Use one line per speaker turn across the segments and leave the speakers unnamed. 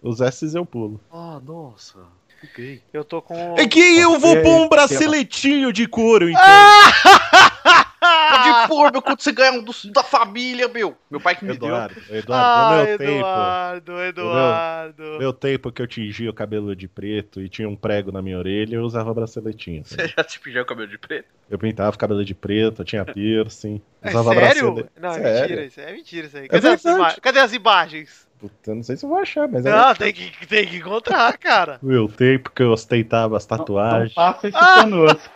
Os S's eu pulo.
Ah, nossa. Fiquei.
Eu tô com.
É que eu vou
Ok,
pôr um
tema.
braceletinho de couro, então.
Ah.
Pode pôr, meu, quando você ganha um dos- da família, meu. Meu pai que me deu.
Eduardo, Eduardo,
Ah,
no meu tempo.
Eduardo, Eduardo.
Meu tempo que eu tingia o cabelo de preto e tinha um prego na minha orelha, eu usava braceletinho.
Você já te pediu o cabelo de preto?
Eu pintava o cabelo de preto, eu tinha piercing,
É
usava
sério?
bracelete.
Não, é
Sério.
mentira isso. É mentira isso aí. Cadê, as,
verdade.
ima- cadê as imagens?
Puta, eu não sei se eu vou achar, mas era
Não, tem que, tem que encontrar, cara.
o meu tempo que eu ostentava as
Não-
tatuagens.
Não passa isso conosco.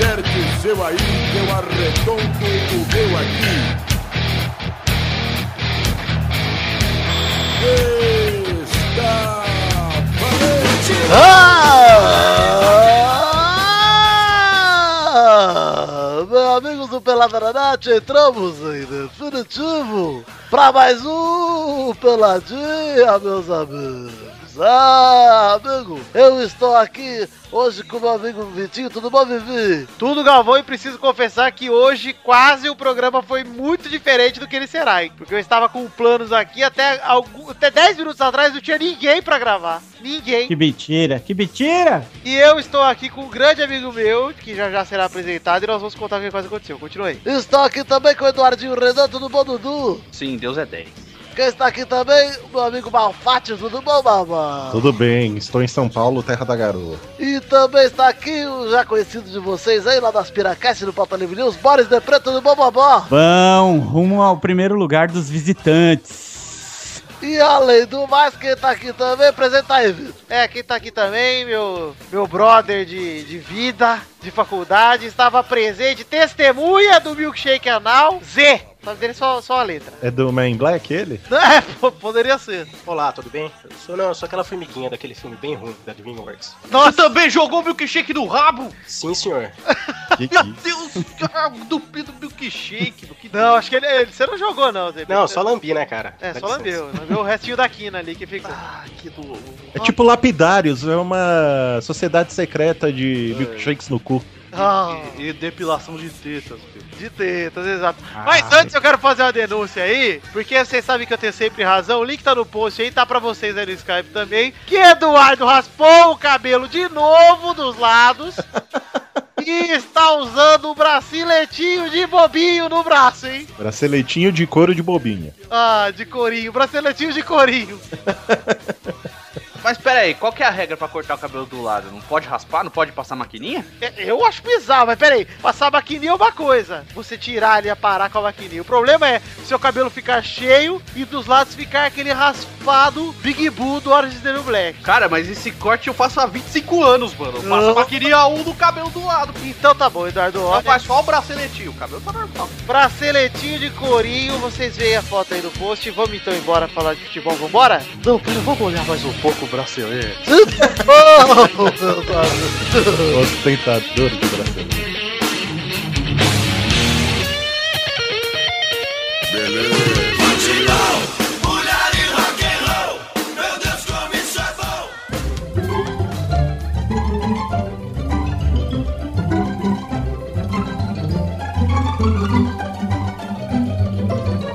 Acerte o seu aí, que eu arredondo o meu aqui. Está valente!
Ah! Meu amigos do Pelada na Net, entramos em definitivo para mais um Peladinha, meus amigos. Ah, amigo, eu estou aqui hoje com meu amigo Vitinho. Tudo bom, Vivi? Tudo, Galvão, e preciso confessar que hoje quase o programa foi muito diferente do que ele será, hein? Porque eu estava com planos aqui até, algum, até 10 minutos atrás, não tinha ninguém para gravar. Ninguém.
Que mentira, que mentira!
E eu estou aqui com um grande amigo meu, que já já será apresentado, e nós vamos contar o que quase aconteceu. Continua aí. Estou aqui também com o Eduardinho Renan, tudo bom, Dudu?
Sim, Deus é 10.
Quem está aqui também, o meu amigo Malfatti, tudo bom, Baba?
Tudo bem, estou em São Paulo, terra da garoa.
E também está aqui o já conhecido de vocês aí, lá das Piracast, do Pauta Livre News, Boris Depre, tudo bom, Babá?
Vão rumo ao primeiro lugar dos visitantes.
E além do mais, quem tá aqui também, apresenta aí, Vitor. É, quem tá aqui também, meu, meu brother de, de vida, de faculdade, estava presente, testemunha do milkshake anal, Z. Só dele só, só a letra.
É do Man in Black ele?
Não, É, po- poderia ser.
Olá, tudo bem? Eu sou, não, eu sou aquela formiguinha daquele filme bem ruim da DreamWorks.
Você também jogou o milkshake no rabo?
Sim, senhor.
Que que
Meu
isso?
Deus, dupido milkshake. Do que
Não, acho que ele, ele- você não jogou, não, Zé.
Não, só lambi, né, cara?
É,
Dá
só
licença.
lambeu. Lambeu o restinho da quina ali que ficou.
Ah, que do...
É tipo Lapidários, é uma sociedade secreta de milkshakes no cu.
Ah,
E, e depilação de tetas, filho.
de tetas, exato. Mas antes eu quero fazer uma denúncia aí, porque vocês sabem que eu tenho sempre razão. O link tá no post aí, tá pra vocês aí no Skype também. Que Eduardo raspou o cabelo de novo dos lados. E está usando o braceletinho de bobinho no braço, hein?
Braceletinho de couro de bobinha.
Ah, de corinho, braceletinho de corinho.
Mas pera aí, qual que é a regra pra cortar o cabelo do lado? Não pode raspar? Não pode passar maquininha?
É, Eu acho bizarro, mas peraí, passar a maquininha é uma coisa. Você tirar ali a parar com a maquininha. O problema é seu cabelo ficar cheio e dos lados ficar aquele raspado Big Boo do Orange is the New Black.
Cara, mas esse corte eu faço há 25 anos, mano. Eu faço
Não.
maquininha um no cabelo do lado.
Então tá bom, Eduardo.
Só
Olha,
faz só o braceletinho, o cabelo tá normal.
braceletinho de corinho, vocês veem a foto aí no post. Vamos então embora falar de futebol, vambora?
Não, pera, vamos olhar mais um pouco o brasileiro.
Ostentador de braceleiro.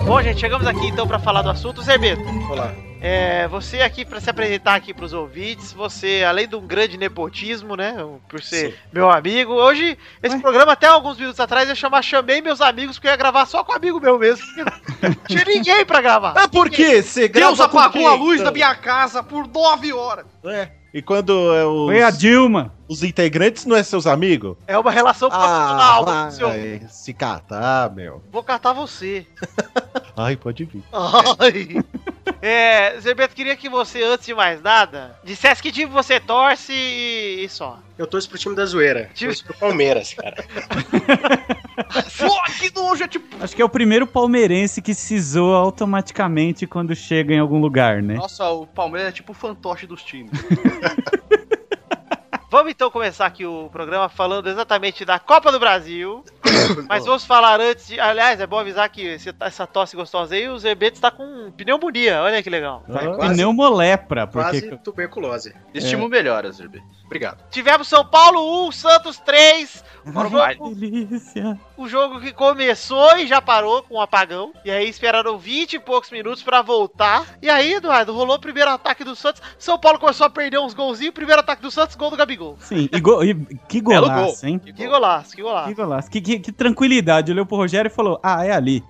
Bom, gente, chegamos aqui então pra falar do assunto. Zerbeto,
Olá.
É, você aqui, pra se apresentar aqui pros ouvintes, você, além de um grande nepotismo, né, por ser
Sim.
meu amigo, hoje, esse programa, até alguns minutos atrás, eu chamar, chamei meus amigos, porque eu ia gravar só com amigo meu mesmo. Não tinha ninguém pra gravar.
Ah, por quê? Você
Deus
grava com
apagou
quem,
a luz da
então?
minha casa por 9 horas.
É. E quando é os,
Foi a Dilma.
os integrantes não é seus amigos?
É uma relação
Ah,
profissional,
vai
seu.
se catar, meu.
Vou catar você.
Ai, pode vir.
Ai. É, Zerbeto, queria que você, antes de mais nada, dissesse que time você torce e, e só.
Eu torço pro time da zoeira.
Time-
Torço pro Palmeiras, cara.
Pô, que nojo, é tipo...
Acho que é o primeiro palmeirense que se zoa automaticamente quando chega em algum lugar, né?
Nossa, o Palmeiras é tipo o fantoche dos times.
Vamos então começar aqui o programa falando exatamente da Copa do Brasil. Mas vamos falar antes. de- aliás, é bom avisar que esse- essa tosse gostosa aí, o Zebeto está com pneumonia. Olha que legal.
Vai,
Ah,
Tá
É quase-
Pneumolepra, porque
Quase tuberculose.
Estimo melhoras, Zerbe.
Obrigado.
Tivemos São Paulo 1, Santos 3.
Ai, que delícia.
O jogo que começou e já parou com um apagão. E aí esperaram 20 e poucos minutos pra voltar. E aí, Eduardo, rolou o primeiro ataque do Santos. São Paulo começou a perder uns golzinhos. Primeiro ataque do Santos, gol do Gabigol.
Sim, e go- e- que
Belo
golaço, hein?
Que golaço, que golaço.
Que golaço. Que, que- que tranquilidade. Olhou pro Rogério e falou: Ah, é ali.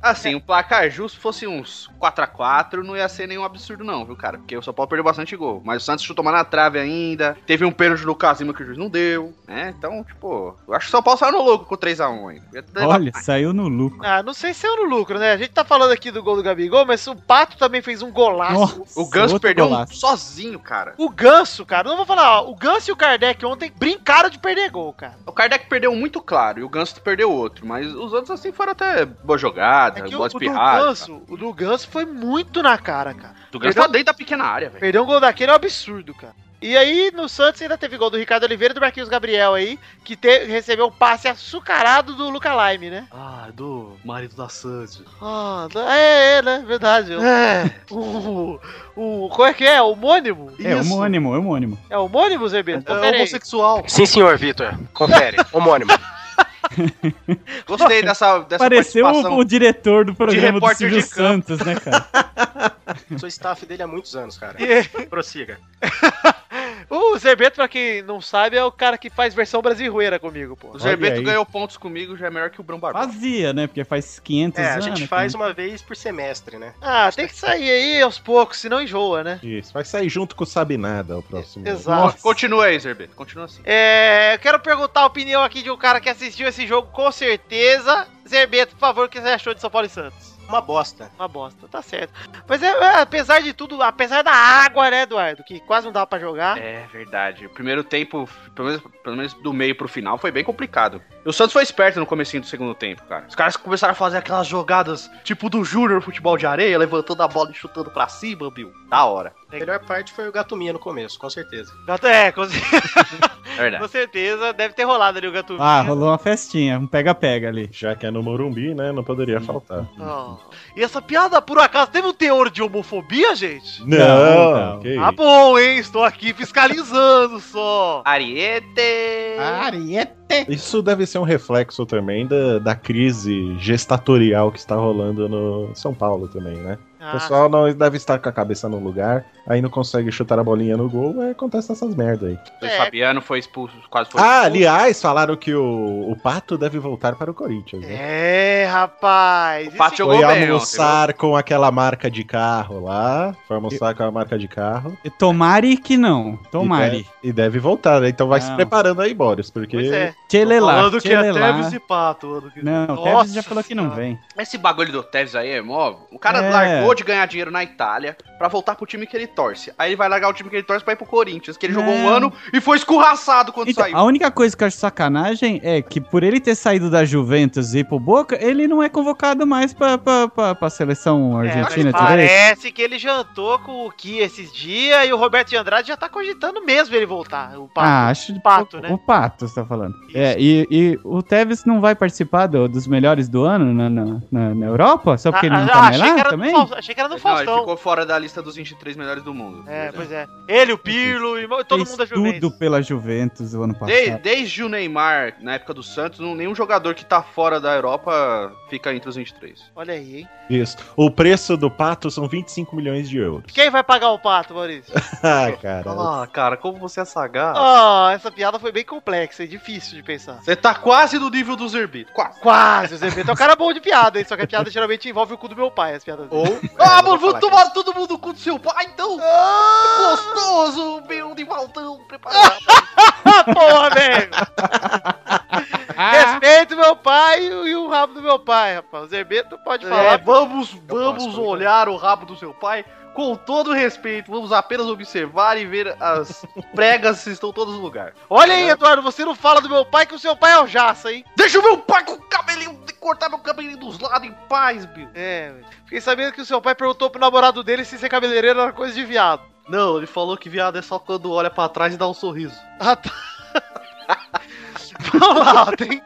Assim, o placar justo fosse uns 4x4, não ia ser nenhum absurdo, não, viu, cara? Porque o São Paulo perdeu bastante gol. Mas o Santos chutou mais na trave ainda. Teve um pênalti no Casimiro que o juiz não deu, né? Então, tipo, eu acho que o São Paulo saiu no louco com 3x1 aí. Ia levar-
Olha, saiu no lucro.
Ah, não sei se é no lucro, né? A gente tá falando aqui do gol do Gabigol, mas o Pato também fez um golaço.
Nossa,
O Ganso
outro
perdeu um
golaço.
sozinho, cara.
O Ganso, cara, não vou falar, ó, o Ganso e o Kardec ontem brincaram de perder gol, cara.
O Kardec perdeu um muito claro e o Ganso perdeu outro. Mas os outros, assim, foram até boa jogada,
É que o,
boa
o do
espirrada.
Ganso, o do Ganso foi muito na cara, cara.
O Ganso tá dentro da pequena área, velho.
Perder um gol daquele é um absurdo, cara. E aí, no Santos ainda teve gol do Ricardo Oliveira e do Marquinhos Gabriel aí, que te- recebeu um passe açucarado do Luca Lime, né?
Ah, do marido da Sandy.
Ah, é, é, né? Verdade. O,
É,
o, o- como é que é? Homônimo?
É,
isso.
homônimo, é homônimo.
É homônimo, Zé Bento?
É
Pera aí.
homossexual.
Sim, senhor Vitor. Confere. Homônimo.
Gostei dessa, dessa
Pareceu o, o diretor do programa do
repórter
Silvio
de campo.
Santos, né, cara?
Sou staff dele há muitos anos, cara. Prossiga.
O Zé Bento, pra quem não sabe, é o cara que faz versão brasileira comigo, pô.
O
Olha
Zerbeto
aí.
ganhou pontos comigo, já é melhor que o Brão Barbosa.
Fazia, né? Porque faz 500
É, a
anos.
gente faz uma vez por semestre, né?
Ah, tem que sair aí aos poucos, senão enjoa, né?
Isso, vai sair junto com o Sabe Nada o próximo.
Exato.
Continua aí, Zerbeto. Continua assim.
É, eu quero perguntar a opinião aqui de um cara que assistiu esse jogo com certeza. Zerbeto, por favor, o que você achou de São Paulo e Santos?
Uma bosta.
Uma bosta, tá certo. Mas é, é, apesar de tudo, apesar da água, né, Eduardo? Que quase não dava pra jogar.
É verdade. O primeiro tempo, pelo menos, pelo menos do meio pro final, foi bem complicado. E o Santos foi esperto no comecinho do segundo tempo, cara. Os caras começaram a fazer aquelas jogadas tipo do Júnior futebol de areia, levantando a bola e chutando pra cima, Bill. Da hora.
A melhor parte foi o Gatomia no começo, com certeza.
Gato- É, com, cer-
É verdade.
com certeza deve ter rolado ali o né? gato.
Ah, rolou uma festinha, um pega-pega ali.
Já que é no Morumbi, né? Não poderia faltar.
E essa piada, por acaso, teve um teor de homofobia, gente?
Não, não.
que
Ah, bom, hein? Estou aqui fiscalizando só.
Ariete!
Ah,
Isso deve ser um reflexo também da, da crise gestatorial que está rolando no São Paulo também, né?
Ah,
O pessoal não deve estar com a cabeça no lugar, aí não consegue chutar a bolinha no gol, aí acontece essas merda aí.
O
é.
Fabiano foi expulso, quase foi
Ah,
expulso.
aliás, falaram que o, o Pato deve voltar para o Corinthians, né?
É, rapaz.
O Pato
isso-
jogou
Foi
bem. ontem,
almoçar com aquela marca de carro lá, foi almoçar com a marca de carro.
E Tomari que não. Tomari.
E deve voltar, né? Então vai se
Não.
preparando aí, Boris, porque
Pois é.
Tchelelá.
Falando que é Tevez
Tchelelá.
e Pato. ano que-
Não, o
Nossa
Tevez já falou que não vem.
viu? Esse bagulho do Tevez aí é mó. O cara
É.
largou de ganhar dinheiro na Itália pra voltar pro time que ele torce. Aí ele vai largar o time que ele torce pra ir pro Corinthians, que ele jogou um
Não.
ano e foi escorraçado quando
É. Então,
saiu.
a única coisa que eu acho sacanagem é que por ele ter saído da Juventus e ir pro Boca, ele não é convocado mais pra, pra, pra, pra seleção
É, mas
argentina direito.
parece que ele jantou com o Ki esses dias e o Roberto de Andrade já tá cogitando mesmo ele voltar. O Pato.
Ah, acho
Pato,
o,
né?
o Pato, você tá falando. É, e, e o Tevez não vai participar do- dos melhores do ano na, na, na- na Europa? Só porque ele
Ah,
não
ah,
tá mais
achei, que
lá
era
também?
No, Fal- achei que era no
Não, ele
Faustão.
ficou né? fora da lista dos 23 melhores do mundo.
É, pois é. Ele, o Pirlo, e todo
Fez
mundo é da Juventus.
tudo pela Juventus o ano passado.
De- desde o Neymar, na época do Santos, não- nenhum jogador que tá fora da Europa fica entre os 23.
Olha aí, hein?
isso. O preço do Pato são 25 milhões de euros.
Quem vai pagar o pato, Maurício?
Ah, cara.
Ah, cara, como você é sagaz.
Ah, essa piada foi bem complexa e difícil de pensar.
Você tá quase no nível do Zerbito. Quase.
Quase, o Zé Bento é um cara bom de piada, hein? Só que a piada geralmente envolve o cu do meu pai, as piadas dele.
Ou.
Ah,
É, Ah!
mano,
vou
vou
falar
tomar todo mundo no cu do seu pai, então. Gostoso, meu de maldão, preparado.
Ah, porra, velho! Respeito meu pai e o- e o rabo do meu pai, rapaz. O Zé Bento pode
É,
falar.
vamos
posso
vamos
comentar.
olhar o rabo do seu pai com todo respeito. Vamos apenas observar e ver as pregas se estão todas no lugar.
Olha
Né?
aí, Eduardo, você não fala do meu pai que o seu pai é o Jaça, hein?
Deixa o meu pai com o cabelinho, cortar meu cabelinho dos lados em paz, meu.
É, velho. fiquei sabendo que o seu pai perguntou pro namorado dele se ser cabeleireiro era coisa de viado. Não, ele falou que viado é só quando olha pra trás e dá um sorriso.
Ah, tá.
Vamos lá, ó, tem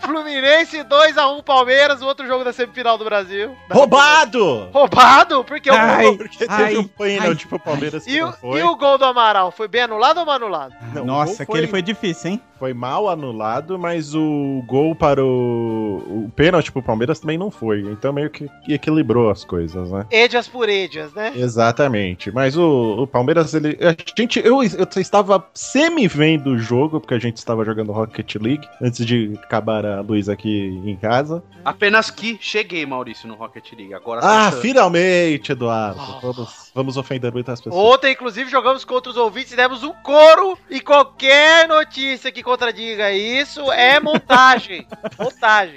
Fluminense 2x1 Palmeiras, o outro jogo da semifinal do Brasil.
Roubado!
Roubado, porque o
Ai,
gol-
Porque teve
Ai,
um pênalti
ai,
pro Palmeiras que
e,
não
o,
foi.
e o gol do Amaral foi bem anulado ou mal anulado?
Não, o
Nossa,
gol
aquele foi difícil, hein?
Foi mal anulado, mas o gol para o, o pênalti pro Palmeiras também não foi. Então meio que equilibrou as coisas, né?
Edias por Edias, né?
Exatamente. Mas o, o Palmeiras, ele. A gente, eu, eu estava semi-vendo o jogo, porque a gente estava jogando Rocket League antes de acabar a luz aqui em casa.
Apenas que cheguei, Maurício, no Rocket League. Agora
Ah,
tá-
finalmente, Eduardo!
Ah.
Vamos, vamos ofender muitas pessoas.
Ontem, inclusive, jogamos contra os ouvintes e demos um coro. E qualquer notícia que contradiga isso é montagem. montagem.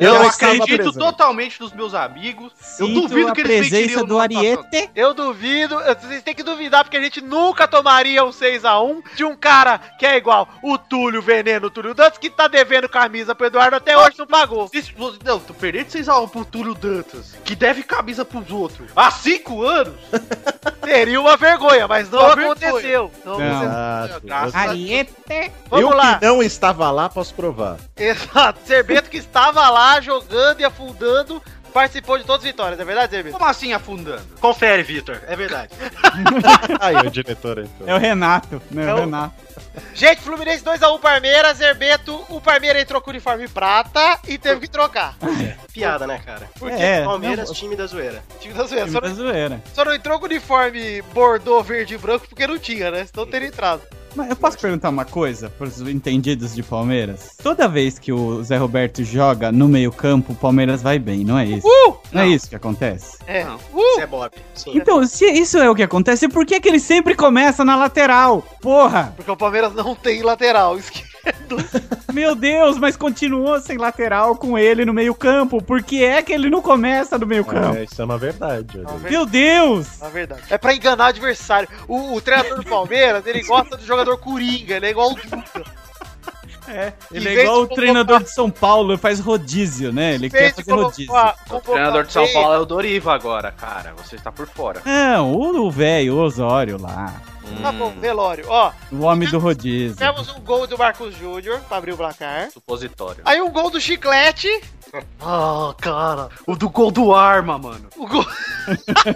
Eu,
não estava
acredito
presente.
totalmente nos meus amigos. Eu
Sinto
duvido
a
que eles
presença
sentiriam
do
numa
Ariete.
Eu duvido, vocês têm que duvidar, porque a gente nunca tomaria um 6x1 de um cara que é igual o Túlio Veneno, Túlio Dantas, que tá devendo camisa pro Eduardo até hoje não pagou.
Isso, Não, tu perdendo 6x1 pro Túlio Dantas, que deve camisa pros outros há 5 anos.
Seria uma vergonha, mas não
Uma
aconteceu. Não
Não.
aconteceu.
Exato.
Graças a
Ariete.
Eu
Vamos lá.
que não estava lá, posso provar.
Exato. Serbeto que estava lá jogando e afundando, participou de todas as vitórias, é verdade, Serbeto?
Como assim afundando?
Confere, Vitor. É verdade.
Aí, o diretor
É
então.
o Renato, né?
É
o
o-
Renato.
Gente, Fluminense 2x1 Palmeiras, Herbeto, o Palmeiras entrou com o uniforme prata e teve que trocar.
Piada, né, cara? Porque
É,
Palmeiras,
não-
time da zoeira.
Time da zoeira.
Time
Tipo, tá Só,
da
não,
tá zoeira.
só não entrou com o uniforme bordô, verde e branco porque não tinha, né? Senão teria entrado.
Mas eu posso perguntar uma coisa para os entendidos de Palmeiras? Toda vez que o Zé Roberto joga no meio-campo, o Palmeiras vai bem, não é isso?
Uh!
Não, é
não.
isso que acontece?
É.
Não.
Uh!
Zé Bob. Sim.
Então, se isso é o que acontece, por que, que ele sempre começa na lateral? Porra!
Porque o Palmeiras não tem lateral esquerdo.
Meu Deus, mas continuou sem lateral com ele no meio-campo. Por que é que ele não começa no meio-campo?
É, isso é uma verdade. Eduardo.
É.
Meu Deus!
Na verdade. É pra enganar o adversário. O, o treinador do Palmeiras, ele gosta do jogador Coringa, ele é igual o Duca.
É,
Em
ele é
vez
igual
de
o treinador de São Paulo, ele faz rodízio, né? Ele quer fazer rodízio.
O treinador de São Paulo é o Doriva agora, cara. Você está por fora.
Não, o o velho, o Osório lá.
Tá bom,
Hum.
velório. Ó,
O homem do rodízio.
tivemos um gol do Marcos Júnior pra abrir o placar.
Supositório.
Aí um gol do chiclete. Ah, cara. O do gol do arma, mano. O gol.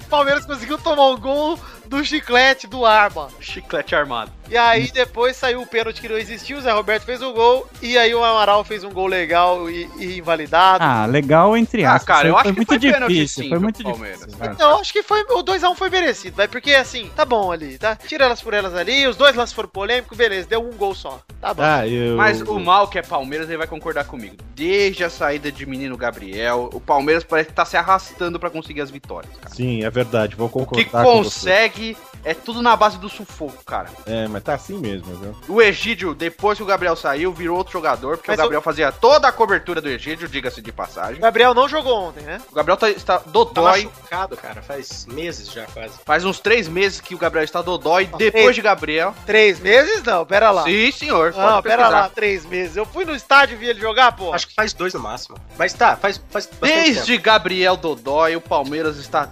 o Palmeiras conseguiu tomar o gol do chiclete do arma.
Chiclete armado.
E aí depois saiu o pênalti que não existiu, o Zé Roberto fez o gol. E aí o Amaral fez um gol legal e, e invalidado.
Ah, legal entre
Ah,
aspas.
cara, eu
Foi
acho que
muito
foi pênalti,
difícil,
sim,
foi
pro
muito
Palmeiras.
difícil.
Vai.
Não, acho que foi o 2x1 foi merecido, vai, porque assim, tá bom ali, tá? Tira elas por elas ali, os dois lances foram polêmicos, beleza, deu um gol só. Tá bom.
Ah, eu...
Mas o mal que é Palmeiras, ele vai concordar comigo. Desde a saída de menino Gabriel, o Palmeiras parece que tá se arrastando pra conseguir as vitórias, cara.
Sim, é verdade, vou
O que
concordar com você.
consegue é tudo na base do sufoco, cara.
É, mas tá assim mesmo, viu?
O Egídio, depois que o Gabriel saiu, virou outro jogador, porque
Mas
o Gabriel fazia toda a cobertura do Egídio, diga-se de passagem.
O Gabriel não jogou ontem, né?
O Gabriel tá, está
Tá
dodói.
machucado, cara. Faz meses já, quase.
Faz uns três meses que o Gabriel está dodói,
Ah,
depois de Gabriel.
Três meses não, pera tá lá.
Sim, senhor.
Não,
pode
pera
pesquisar.
lá, três meses. Eu fui no estádio e vi ele jogar, pô.
Acho que faz dois no máximo. Mas tá, faz, faz bastante tempo.
Desde Gabriel Dodói, o Palmeiras está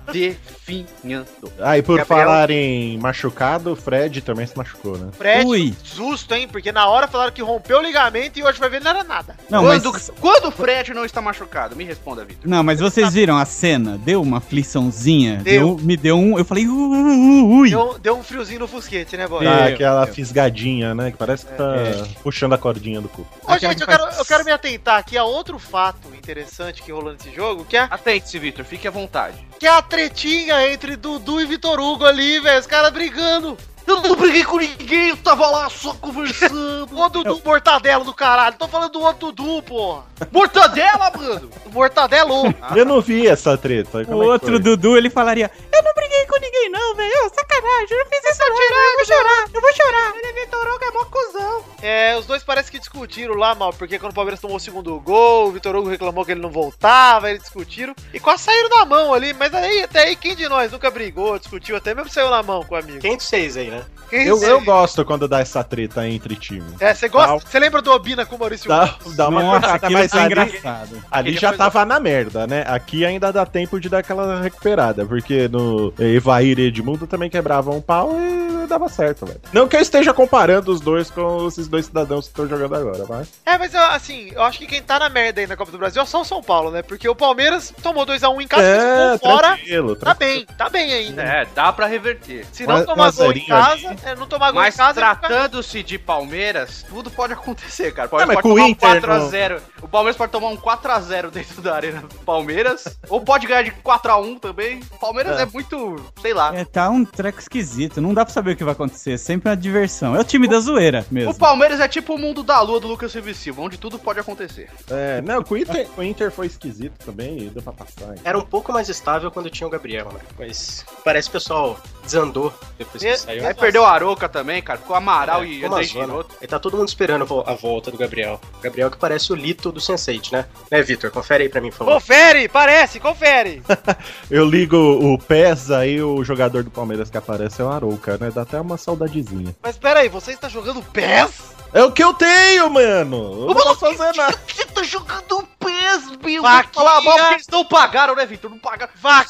definhando.
Ah, e por
Gabriel-
falar em machucado, o Fred também se machucou, né?
Fred,
Ui.
justo, hein? Porque na hora falaram que rompeu o ligamento e hoje vai ver não era nada.
Não,
quando,
mas,
quando o Fred não está machucado? Me responda, Vitor.
não, mas vocês viram a cena? Deu uma afliçãozinha?
Deu.
me deu um. Eu falei, "Uh, uh, uh, ui. É,
Deu, deu um friozinho no fusquete, né, boy?
Meu
Dá
Deus.
Tá aquela fisgadinha, né? Que parece que
É,
tá puxando a cordinha do cu.
Ô, gente, eu quero, eu quero me atentar aqui a outro fato interessante que rolou nesse jogo, que é,
Atente-se, Vitor, fique à vontade.
que é a tretinha entre Dudu e Vitor Hugo ali, velho. Os caras brigando.
Eu não briguei com ninguém, eu tava lá só conversando.
O Dudu Mortadelo do caralho. Tô falando do outro Dudu, porra.
Mortadela, mano!
Do Mortadelo.
Ah,
Eu não vi essa treta.
O
como é que
outro
foi?
Dudu, ele falaria: Eu não briguei com ninguém, não, velho. Ô, Sacanagem, eu não fiz isso, não. Eu vou chorar, eu vou chorar. Ele é Vitor Hugo, é mó cuzão.
É, os dois parece que discutiram lá, mal, porque quando o Palmeiras tomou o segundo gol, o Vitor Hugo reclamou que ele não voltava, eles discutiram e quase saíram na mão ali, mas aí, até aí quem de nós nunca brigou, discutiu, até mesmo saiu na mão com o amigo.
506 aí, né?
Quem
Eu,
sei?
eu gosto quando dá essa treta entre time.
É, você gosta?
Tal.
Você lembra do Obina com o Maurício?
Dá, dá uma
Nossa,
cortada,
Tá aquilo
mas
foi
ali,
engraçado.
ali já tava na merda, né? Aqui ainda dá tempo de dar aquela recuperada, porque no, eh, Evair e Edmundo também quebravam um pau e dava certo, velho. Não que eu esteja comparando os dois com esses dois cidadãos que estão jogando agora, mas.
É, mas eu, assim, eu acho que quem tá na merda aí na Copa do Brasil é só o São Paulo, né? Porque o Palmeiras tomou 2x1 em casa, fez um gol fora.
É, tranquilo,
Tá
tranquilo.
bem, tá bem ainda.
É, dá pra reverter.
Se não
Mas-
tomar
mas
gol em
zerinho
casa, é, não tomar gol
Mas
em casa, fica-
tratando-se de Palmeiras, tudo pode acontecer, cara. Pode,
Ah, mas
pode
com o
tomar um
Inter,
4x0. O Palmeiras pode tomar um 4x0 dentro da Arena Palmeiras. ou pode ganhar de 4x1 também. Palmeiras é. muito, sei lá.
É, tá um treco esquisito, não dá pra saber o que vai acontecer, é sempre uma diversão. É o time da zoeira mesmo.
O Palmeiras é tipo o mundo da lua do Lucas Silva e Silva, onde tudo pode acontecer.
É, não, com o Inter, com o Inter foi esquisito também e deu pra passar.
Era um pouco mais estável quando tinha o Gabriel, né? Mas parece que o pessoal desandou depois que
É,
saiu.
Aí perdeu a Aroca também, cara. Ficou Amaral
É,
e
ficou uma
André
zona.
Giroto.
Aí tá todo mundo esperando a vo- a volta do Gabriel. Gabriel que parece o Lito do Sense8, né? Né, Vitor? Confere aí pra mim, por favor.
Confere, parece, confere.
Eu ligo o PES, aí o jogador do Palmeiras que aparece é o Arouca, né? Dá até uma saudadezinha.
mas pera aí, você está jogando PES?
É o que eu tenho, mano! Eu não posso fazer nada.
Você tá jogando PES, Bill?
Fala mal "Ah, porque
Vaquinha,
eles não pagaram, né, Vitor? Não pagaram. Se bosta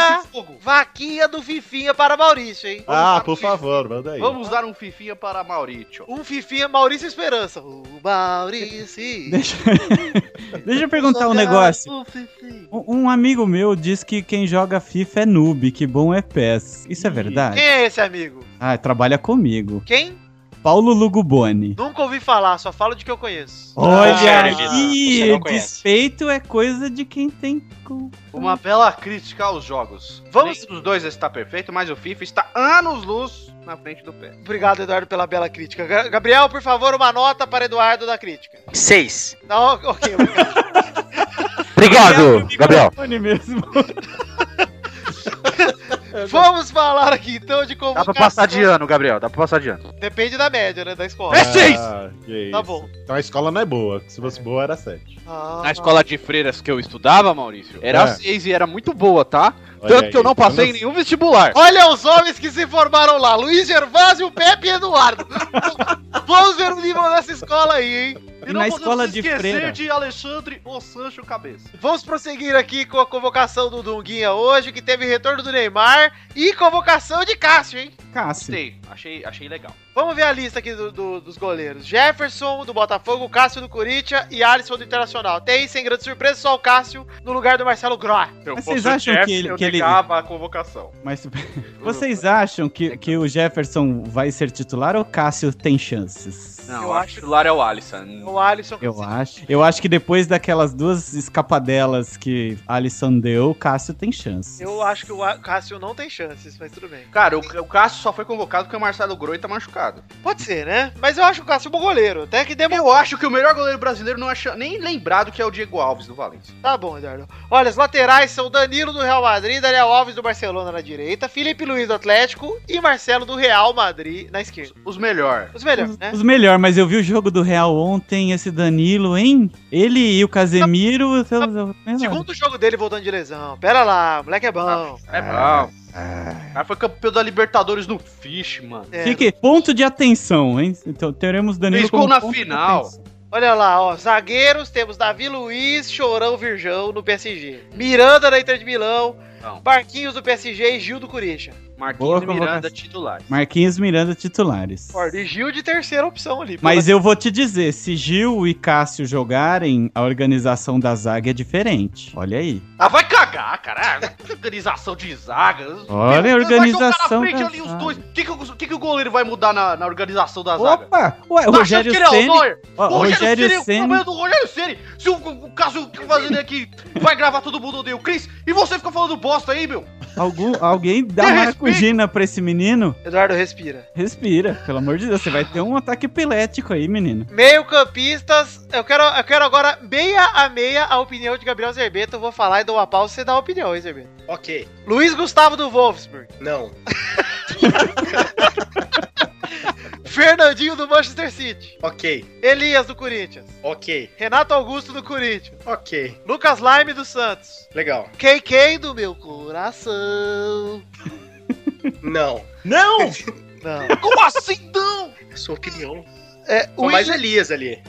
vaquinha,
esse fogo.
vaquinha do Fifinha para Maurício, hein?
Ah, por favor, manda aí.
Vamos dar um fifinha para Maurício.
Um Fifinha Maurício Esperança. O Maurício.
Deixa... Deixa eu perguntar um negócio.
O Fifinha.
Um um amigo meu diz que quem joga FIFA é noob, que bom é PES. Isso é verdade?
Quem é esse amigo?
Ah, trabalha comigo.
Quem?
Paulo Luguboni.
Nunca ouvi falar, só falo de que eu conheço.
Olha
Elisa, você
aí,
não conhece.
despeito é coisa de quem tem cu.
Uma bela crítica aos jogos.
Vamos-
Nenhum dos dois está perfeito, mas o FIFA está anos-luz na frente do pé.
Obrigado, Eduardo, pela bela crítica. Ga- Gabriel, por favor, uma nota para Eduardo da crítica.
Seis.
Não, ok, obrigado.
Obrigado, Gabriel.
é Luguboni mesmo.
Vamos falar aqui então de como.
Dá pra passar
assim,
de ano, Gabriel. Dá pra passar de ano.
Depende da média, né? Da escola.
É seis!
Ah, que
Tá
isso.
bom.
Então a escola não é boa. Se fosse boa, era sete.
Ah,
Na escola de freiras que eu estudava, Maurício, era
É.
seis e era muito boa, tá?
Olha
Tanto que eu
aí,
não passei em
quando-
nenhum vestibular.
Olha os homens que se formaram lá: Luiz Gervásio, Pepe e Eduardo. Vamos ver o nível dessa escola aí, hein?
E na
podemos
escola de
esquecer
freira.
de Alexandre ou Sancho Cabeça.
Vamos prosseguir aqui com a convocação do Dunguinha hoje, que teve retorno do Neymar e convocação de Cássio, hein?
Cássio.
Gostei, achei, achei legal.
Vamos ver a lista aqui do- do- dos goleiros. Jefferson, do Botafogo, Cássio do Corinthians e Alisson do Internacional. Até aí, sem grande surpresa, só o Cássio no lugar do Marcelo Groa.
Eu
Mas vocês acham que ele-
eu
que ele-
negava a convocação.
Mas vocês acham que, que o Jefferson vai ser titular ou Cássio tem chances?
Não,
Eu
eu
acho-
acho que o titular é o Alisson.
O Alisson
Eu acho. Eu acho que depois daquelas duas escapadelas que Alisson deu, o Cássio tem chances.
Eu acho que o A- Cássio não tem chances, mas tudo bem.
Cara, o, o Cássio só foi convocado porque o Marcelo Groi tá machucado.
Pode ser, né? Mas eu acho o Cássio um bom goleiro. Até que demo...
Eu acho que o melhor goleiro brasileiro não é cha- nem lembrado que é o Diego Alves do Valência.
Tá bom, Eduardo. Olha, os laterais são Danilo do Real Madrid, Daniel Alves do Barcelona na direita, Felipe Luiz do Atlético e Marcelo do Real Madrid na esquerda.
Os melhores.
Os melhores,
Os,
né?
os melhor, mas eu vi o jogo do Real ontem, esse Danilo, hein? Ele e o Casemiro. é eu- eu- eu-
Segundo jogo dele voltando de lesão. Pera lá, o moleque é bom.
Ah,
É bom. O cara foi campeão da Libertadores no Fish, mano.
É,
Fique ponto de atenção, hein? Então teremos Danilo.
Fez gol
como
na
ponto de
final.
atenção.
Olha lá, ó. Zagueiros temos Davi Luiz, Chorão Virgão no PSG. Miranda da Inter de Milão.
Não.
Barquinhos do PSG e Gil do Corinthians.
Marquinhos
Boa
e
convocação.
Miranda titulares.
Marquinhos Miranda titulares.
Olha, E Gil de terceira opção ali.
Mas eu vou te dizer, se Gil e Cássio jogarem, a organização da zaga é diferente. Olha aí.
Ah, vai cagar, cara. Ah, Organização de zagas.
Olha a
Vai jogar
organização
na frente
da
ali os
zaga.
dois. O que, que, o- que que o goleiro vai mudar na, na organização da zaga?
Opa! Ué,
Tá achando
Rogério
que ele é o
Ceni.
Neuer?
ó,
O Rogério Ceni. é
Rogério
O problema
Ceni.
do Rogério Ceni. Se o, o caso que fazendo aqui vai gravar todo mundo odeia o Cris e você fica falando bosta aí, meu.
Algum, alguém dá
Me
uma
respeita.
maracujina pra esse menino?
Eduardo, respira.
Respira, pelo amor de Deus. Você vai ter um ataque epilético aí, menino.
Meio-campistas, eu quero, eu quero agora meia a meia a opinião de Gabriel Zerbeto. Eu vou falar e dou uma pausa e você dá a opinião, hein, Zerbeto?
Ok.
Luiz Gustavo do Wolfsburg.
Não.
Fernandinho do Manchester City.
Ok.
Elias do Corinthians.
Ok.
Renato Augusto do Corinthians.
Ok.
Lucas Lime do Santos.
Legal.
KK do meu coração.
Não.
Não!
Não.
Como assim não?
É sua opinião.
É,
Só
o
mais
Willian-
Elias ali.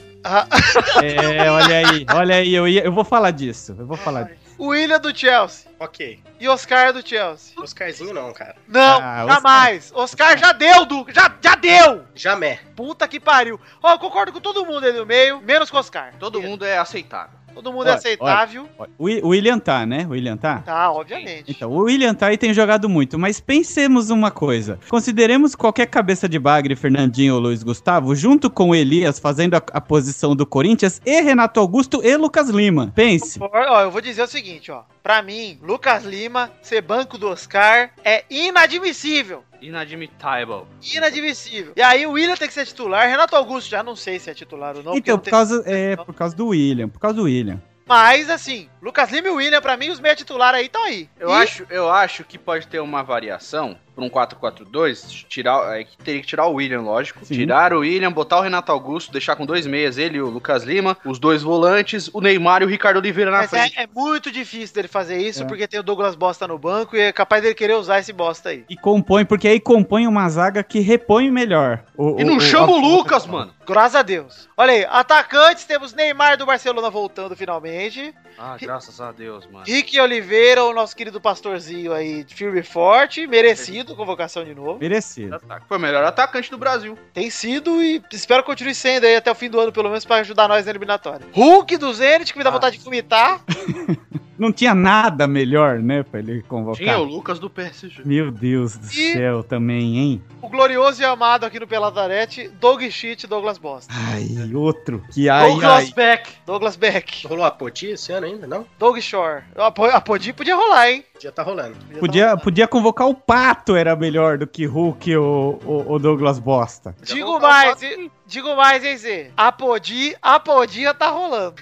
É, olha aí, olha aí. Eu, ia- eu vou falar disso. Eu vou falar disso.
o Willian do Chelsea.
Ok.
E Oscar do Chelsea?
Oscarzinho não, cara.
Não,
Ah, Oscar.
jamais. Oscar já deu, Duca. Já, já deu.
Jamé.
Puta que pariu. Ó, eu concordo com todo mundo aí no meio, menos com o Oscar.
Todo mundo é aceitável.
Todo mundo é
Olha,
aceitável.
O Wi- o William tá, né? O William tá?
Tá, obviamente.
Então, o William Thay tem jogado muito, mas pensemos uma coisa. Consideremos qualquer cabeça de bagre, Fernandinho ou Luiz Gustavo, junto com o Elias fazendo a, a posição do Corinthians, e Renato Augusto e Lucas Lima. Pense.
Ó, eu vou dizer o seguinte, ó. Pra mim, Lucas Lima ser banco do Oscar é inadmissível.
Inadmitável.
Inadmissível. E aí o William tem que ser titular. Renato Augusto já não sei se é titular ou não. porque
então,
não
por
tem-
causa, é, por causa do William, por causa do William.
Mas assim, Lucas Lima e o William, pra mim, os meia titular aí estão aí.
Eu,
E-
acho, eu acho que pode ter uma variação pra um 4-4-2. Tirar, é, que teria que tirar o William, lógico.
Sim.
Tirar o William, botar o Renato Augusto, deixar com dois meias, ele e o Lucas Lima, os dois volantes, o Neymar e o Ricardo Oliveira na
Mas
frente.
é, é muito difícil dele fazer isso,
É.
porque tem o Douglas Bosta no banco e é capaz dele querer usar esse bosta aí.
E compõe, porque aí compõe uma zaga que repõe melhor. O-
E
o-
não
o-
chama o Lucas, mano.
Graças a Deus. Olha aí, atacantes, temos Neymar do Barcelona voltando finalmente.
Ah, graças a Deus, mano.
Rick Oliveira, o nosso querido pastorzinho aí, firme e forte, merecido convocação de novo.
Merecido.
Foi o melhor atacante do Brasil.
Tem sido e espero que continue sendo aí até o fim do ano, pelo menos, pra ajudar nós na eliminatória. Hulk do Zenit,
Ah.
que me dá vontade de vomitar.
Não tinha nada melhor, né, pra ele convocar.
Tinha o Lucas do PSG.
Meu Deus do
E-
céu também, hein?
O glorioso e amado aqui no Peladarete, Doug Shit, Douglas Bosta.
Ai, outro. Que ai, ai.
Douglas Beck. Douglas Beck.
Rolou a poti esse ano ainda? Não?
Doug Shore. A po- a Podi podia rolar, hein?
Já tá rolando.
Podia, podia convocar o Pato, era melhor do que Hulk ou ou- ou Douglas Bosta.
Digo mais, e- digo mais, hein, Zê? A Podi, a Podi já tá rolando.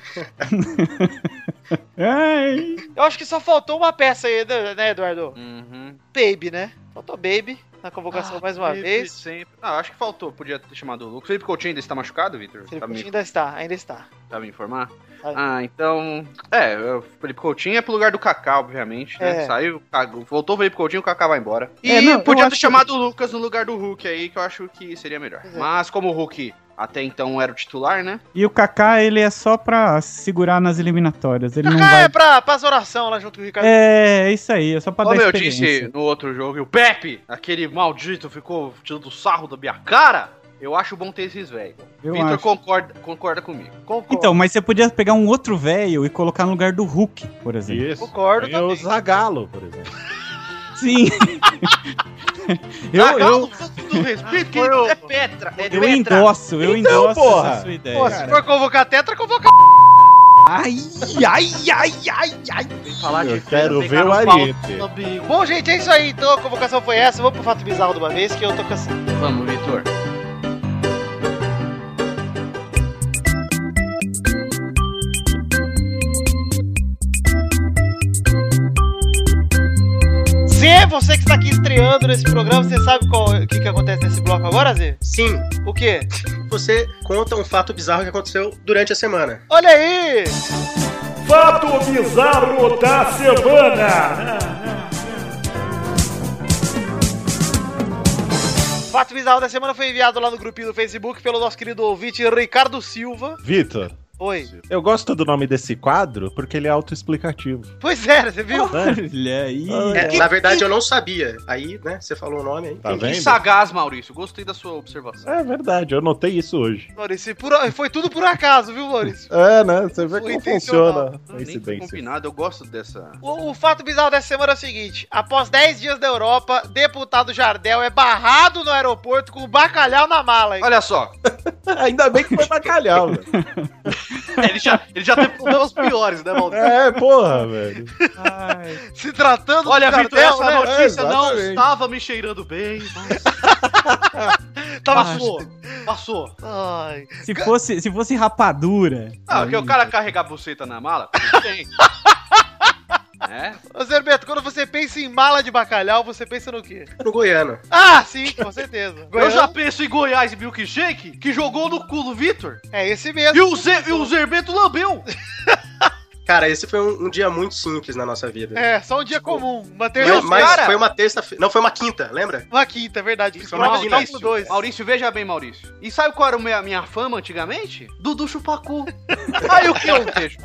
Ai.
Eu acho que só faltou uma peça aí, né, Eduardo?
Uhum.
Baby, né? Faltou Baby na convocação mais uma vez.
Sempre. Ah, acho que faltou. Podia ter chamado o Lucas. Felipe Coutinho ainda está machucado, Vitor?
Felipe
Tá me-
Coutinho ainda está, ainda está.
Pra me informar?
Tá.
Ah, então. É, o Felipe Coutinho é pro lugar do Kaká, obviamente, né?
É.
Saiu, cagou, voltou o Felipe Coutinho, o Kaká vai embora. E
É, não, eu
podia ter
acho-
chamado o Lucas no lugar do Hulk aí, que eu acho que seria melhor.
Pois é.
Mas como o Hulk até então era o titular, né?
E o Kaká, ele é só pra segurar nas eliminatórias. Ele não
Kaká é
vai.
pra, pra oração lá junto com o Ricardo.
É, é isso aí, é só pra
Como
dar
eu
experiência.
disse no outro jogo, e o Pepe, aquele maldito, ficou tirando sarro da minha cara. Eu acho bom ter esses velhos.
Eu
Vitor
acho.
concorda, concorda comigo.
Concordo.
Então, mas você podia pegar um outro velho e colocar no lugar do Hulk, por exemplo.
Isso.
Concordo
Tem o
também.
Zagalo, por exemplo.
Sim. eu,
Ah,
eu,
com todo respeito, que
Foi o-
é Petra. É
eu
Petra.
endosso, eu
Então,
endosso
porra.
essa sua ideia.
Pô, se for convocar tetra, convoca.
Ai, ai, ai, ai, ai.
Falar
Eu quero
pegar
ver
no
o
um pau.
Ariete.
Bom, gente, é isso aí. Então a convocação foi essa. Vamos pro fato bizarro de uma vez que eu tô cansado.
Vamos, Vitor.
Zê, você que está aqui estreando nesse programa, você sabe qual- o que, que acontece nesse bloco agora, Zê?
Sim,
O quê?
você conta um fato bizarro que aconteceu durante a semana.
Olha aí!
Fato bizarro da semana.
Fato bizarro da semana foi enviado lá no grupinho do Facebook pelo nosso querido ouvinte Ricardo Silva.
Vitor,
Oi.
eu gosto do nome desse quadro porque ele é autoexplicativo.
Pois é, você
Tá
viu?
né?
Olha aí.
É, na verdade, eu não sabia. Aí, né, você falou o nome aí.
Tá
Que
vendo?
sagaz, Maurício. Gostei da sua observação.
É verdade, eu notei isso hoje.
Maurício, e por- foi tudo por acaso, viu, Maurício?
É, né? Você vê
Foi
como
intencional.
funciona a
Nem foi
incidência.
combinado, eu gosto dessa.
O, o fato bizarro dessa semana é o seguinte: após 10 dias na Europa, deputado Jardel é barrado no aeroporto com um bacalhau na mala. hein?
Olha só,
É, Ainda bem que foi bacalhau, né? velho.
ele já, ele já teve problemas piores, né, Maurício?
É, porra, velho.
Ai.
Se tratando
Olha,
do
Vitor, essa
né?
notícia não
exatamente.
estava me cheirando bem, mas
Tava
Ah,
suor.
passou.
Ai.
Se fosse, se fosse rapadura.
Ah,
aí-
porque o cara carregar a buceta na mala, tem. É?
Ô, Zerbeto, quando você pensa em mala de bacalhau, você pensa no quê?
No goiano.
Ah, sim, com certeza.
Eu já
Goiânia
penso em Goiás e Milkshake, que jogou no cu do Vitor.
É esse mesmo.
E o, Ze- e o Zerbeto lambeu.
Cara, esse foi um, um dia muito simples na nossa vida.
É, só um dia comum. Uma
Mas,
terça-feira.
mas
cara?
foi uma terça-feira. Não, foi uma quinta, lembra?
Uma quinta, é verdade. Que
Isso é uma
prova
quinta.
do dois.
Maurício, veja bem, Maurício. E sabe qual era a minha, minha fama antigamente? Dudu Chupacu. Aí o que eu vejo?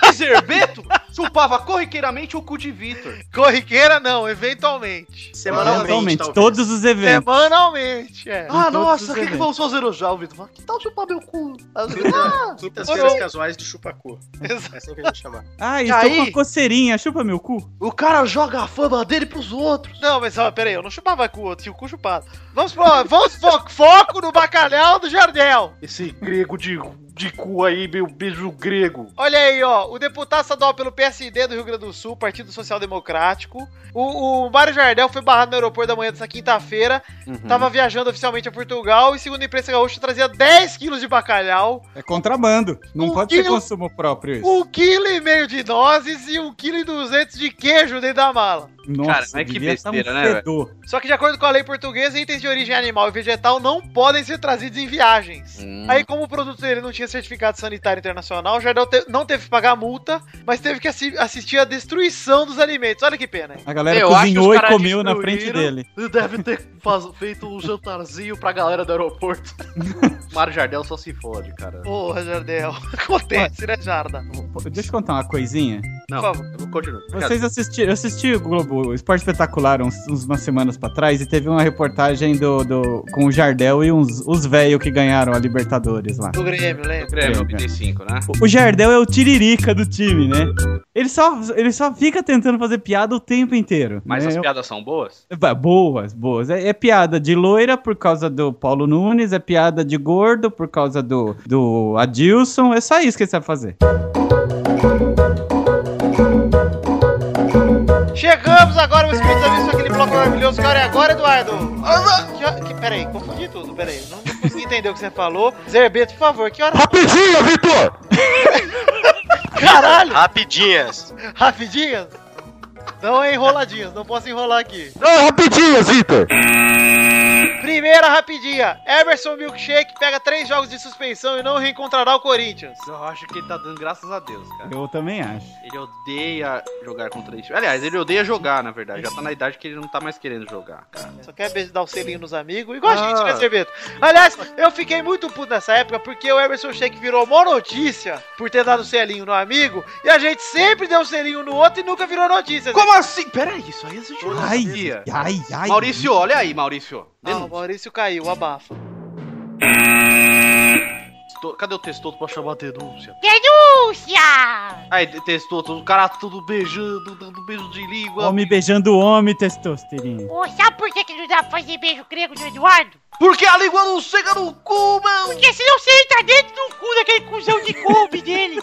Kaiser Beto chupava corriqueiramente o cu de Vitor.
Corriqueira não, eventualmente.
Totalmente,
talvez.
todos os eventos.
Semanalmente, é.
Ah,
é. todos
nossa, o
os
que, que
eventos.
vamos fazer hoje, Alves? Vitor? Ah, Que tal chupar meu cu?
Quintas-feiras
Foram-
casuais de chupacu.
Exato.
É assim que a gente chama.
Ai,
E
estou
aí?
com Ah, uma coceirinha, chupa meu cu.
O cara joga a fama dele pros outros.
Não, mas ó, peraí, eu não chupava com o outro, tinha o cu chupado. Vamos, pro, vamos fo- foco no bacalhau do Jardel.
Esse grego de, de cu aí, meu beijo grego.
Olha aí, ó, o deputado estadual pelo PSD do Rio Grande do Sul, Partido Social Democrático. O, o Mário Jardel foi barrado no aeroporto da manhã dessa quinta-feira.
Uhum.
Hum.
Tava viajando oficialmente a Portugal e, segundo a imprensa gaúcha, trazia 10 quilos de bacalhau,
É contrabando. Não
Um
pode ser
quilo-
consumo próprio isso.
1,5 quilo e meio de nozes e 1,2 kg de queijo dentro da mala.
Nossa,
Cara, mas que
devia tá
besteira, né, velho?
fedor.
Só que de acordo com a lei portuguesa, itens de origem animal e vegetal não podem ser trazidos em viagens.
Hum.
Aí, como o produto dele não tinha certificado sanitário internacional, o Jardel te- não teve que pagar multa, mas teve que assi- assistir a destruição dos alimentos. Olha que pena, hein?
A galera
Eu acho que os
cozinhou e
caras
comeu na
destruíram.
frente dele.
Deve ter faz- feito um jantarzinho pra galera do aeroporto. Mário Jardel só se fode, cara.
Porra, Jardel. Acontece, né, Jarda?
Deixa eu contar uma coisinha.
Não,
Por favor.
eu continuo.
Vocês assistiram, eu assisti o Globo Esporte Espetacular uns, uns umas semanas pra trás e teve uma reportagem do, do com o Jardel e uns os velhos que ganharam a Libertadores lá.
Do Grêmio, lembra?
Grêmio 85, né?
O Jardel é o tiririca do time, né? Ele só, ele só fica tentando fazer piada o tempo inteiro.
Mas
né?
as piadas são boas?
Ba- Boas, boas. É, é piada de loira por causa do Paulo Nunes, é piada de gordo por causa do, do Adilson. É só isso que ele sabe fazer.
Chegamos agora, meus queridos amigos, aquele bloco maravilhoso. Cara, e agora, Eduardo? Que, que, peraí, confundi tudo, peraí. Não consegui entender o que você falou. Zerbeto, por favor, que hora?
Rapidinho, Vitor!
Caralho!
Rapidinhas.
Rapidinhas? Não é enroladinhas, não posso enrolar aqui.
Não, rapidinho, Vitor!
Primeira rapidinha. Emerson Milkshake pega três jogos de suspensão e não reencontrará o Corinthians.
Eu acho que ele tá dando graças a Deus, cara.
Eu também acho.
Ele odeia jogar contra isso. Aliás, ele odeia jogar, na verdade. Já tá na idade que ele não tá mais querendo jogar, cara.
Só quer be- dar o selinho nos amigos, igual a gente,
Ah.
né, Cerveto? Aliás, eu fiquei muito puto nessa época porque o Emerson Shake virou mó notícia por ter dado o selinho no amigo e a gente sempre deu o selinho no outro e nunca virou notícia.
Como assim? Pera aí, isso aí é
Ai,
justiça.
ai, ai.
Maurício, olha aí, Maurício.
Ah, o Maurício caiu, abafa.
Testo- Cadê o testoto pra chamar a denúncia? Denúncia! Aí, de- testoto, o cara tudo beijando, dando beijo de língua.
Homem beijando homem, testosterinha.
Ô, sabe por que, que não dá pra fazer beijo grego no Eduardo?
Porque a língua não chega no cu, mano!
Porque senão você entra dentro do cu daquele cuzão de Kombi dele.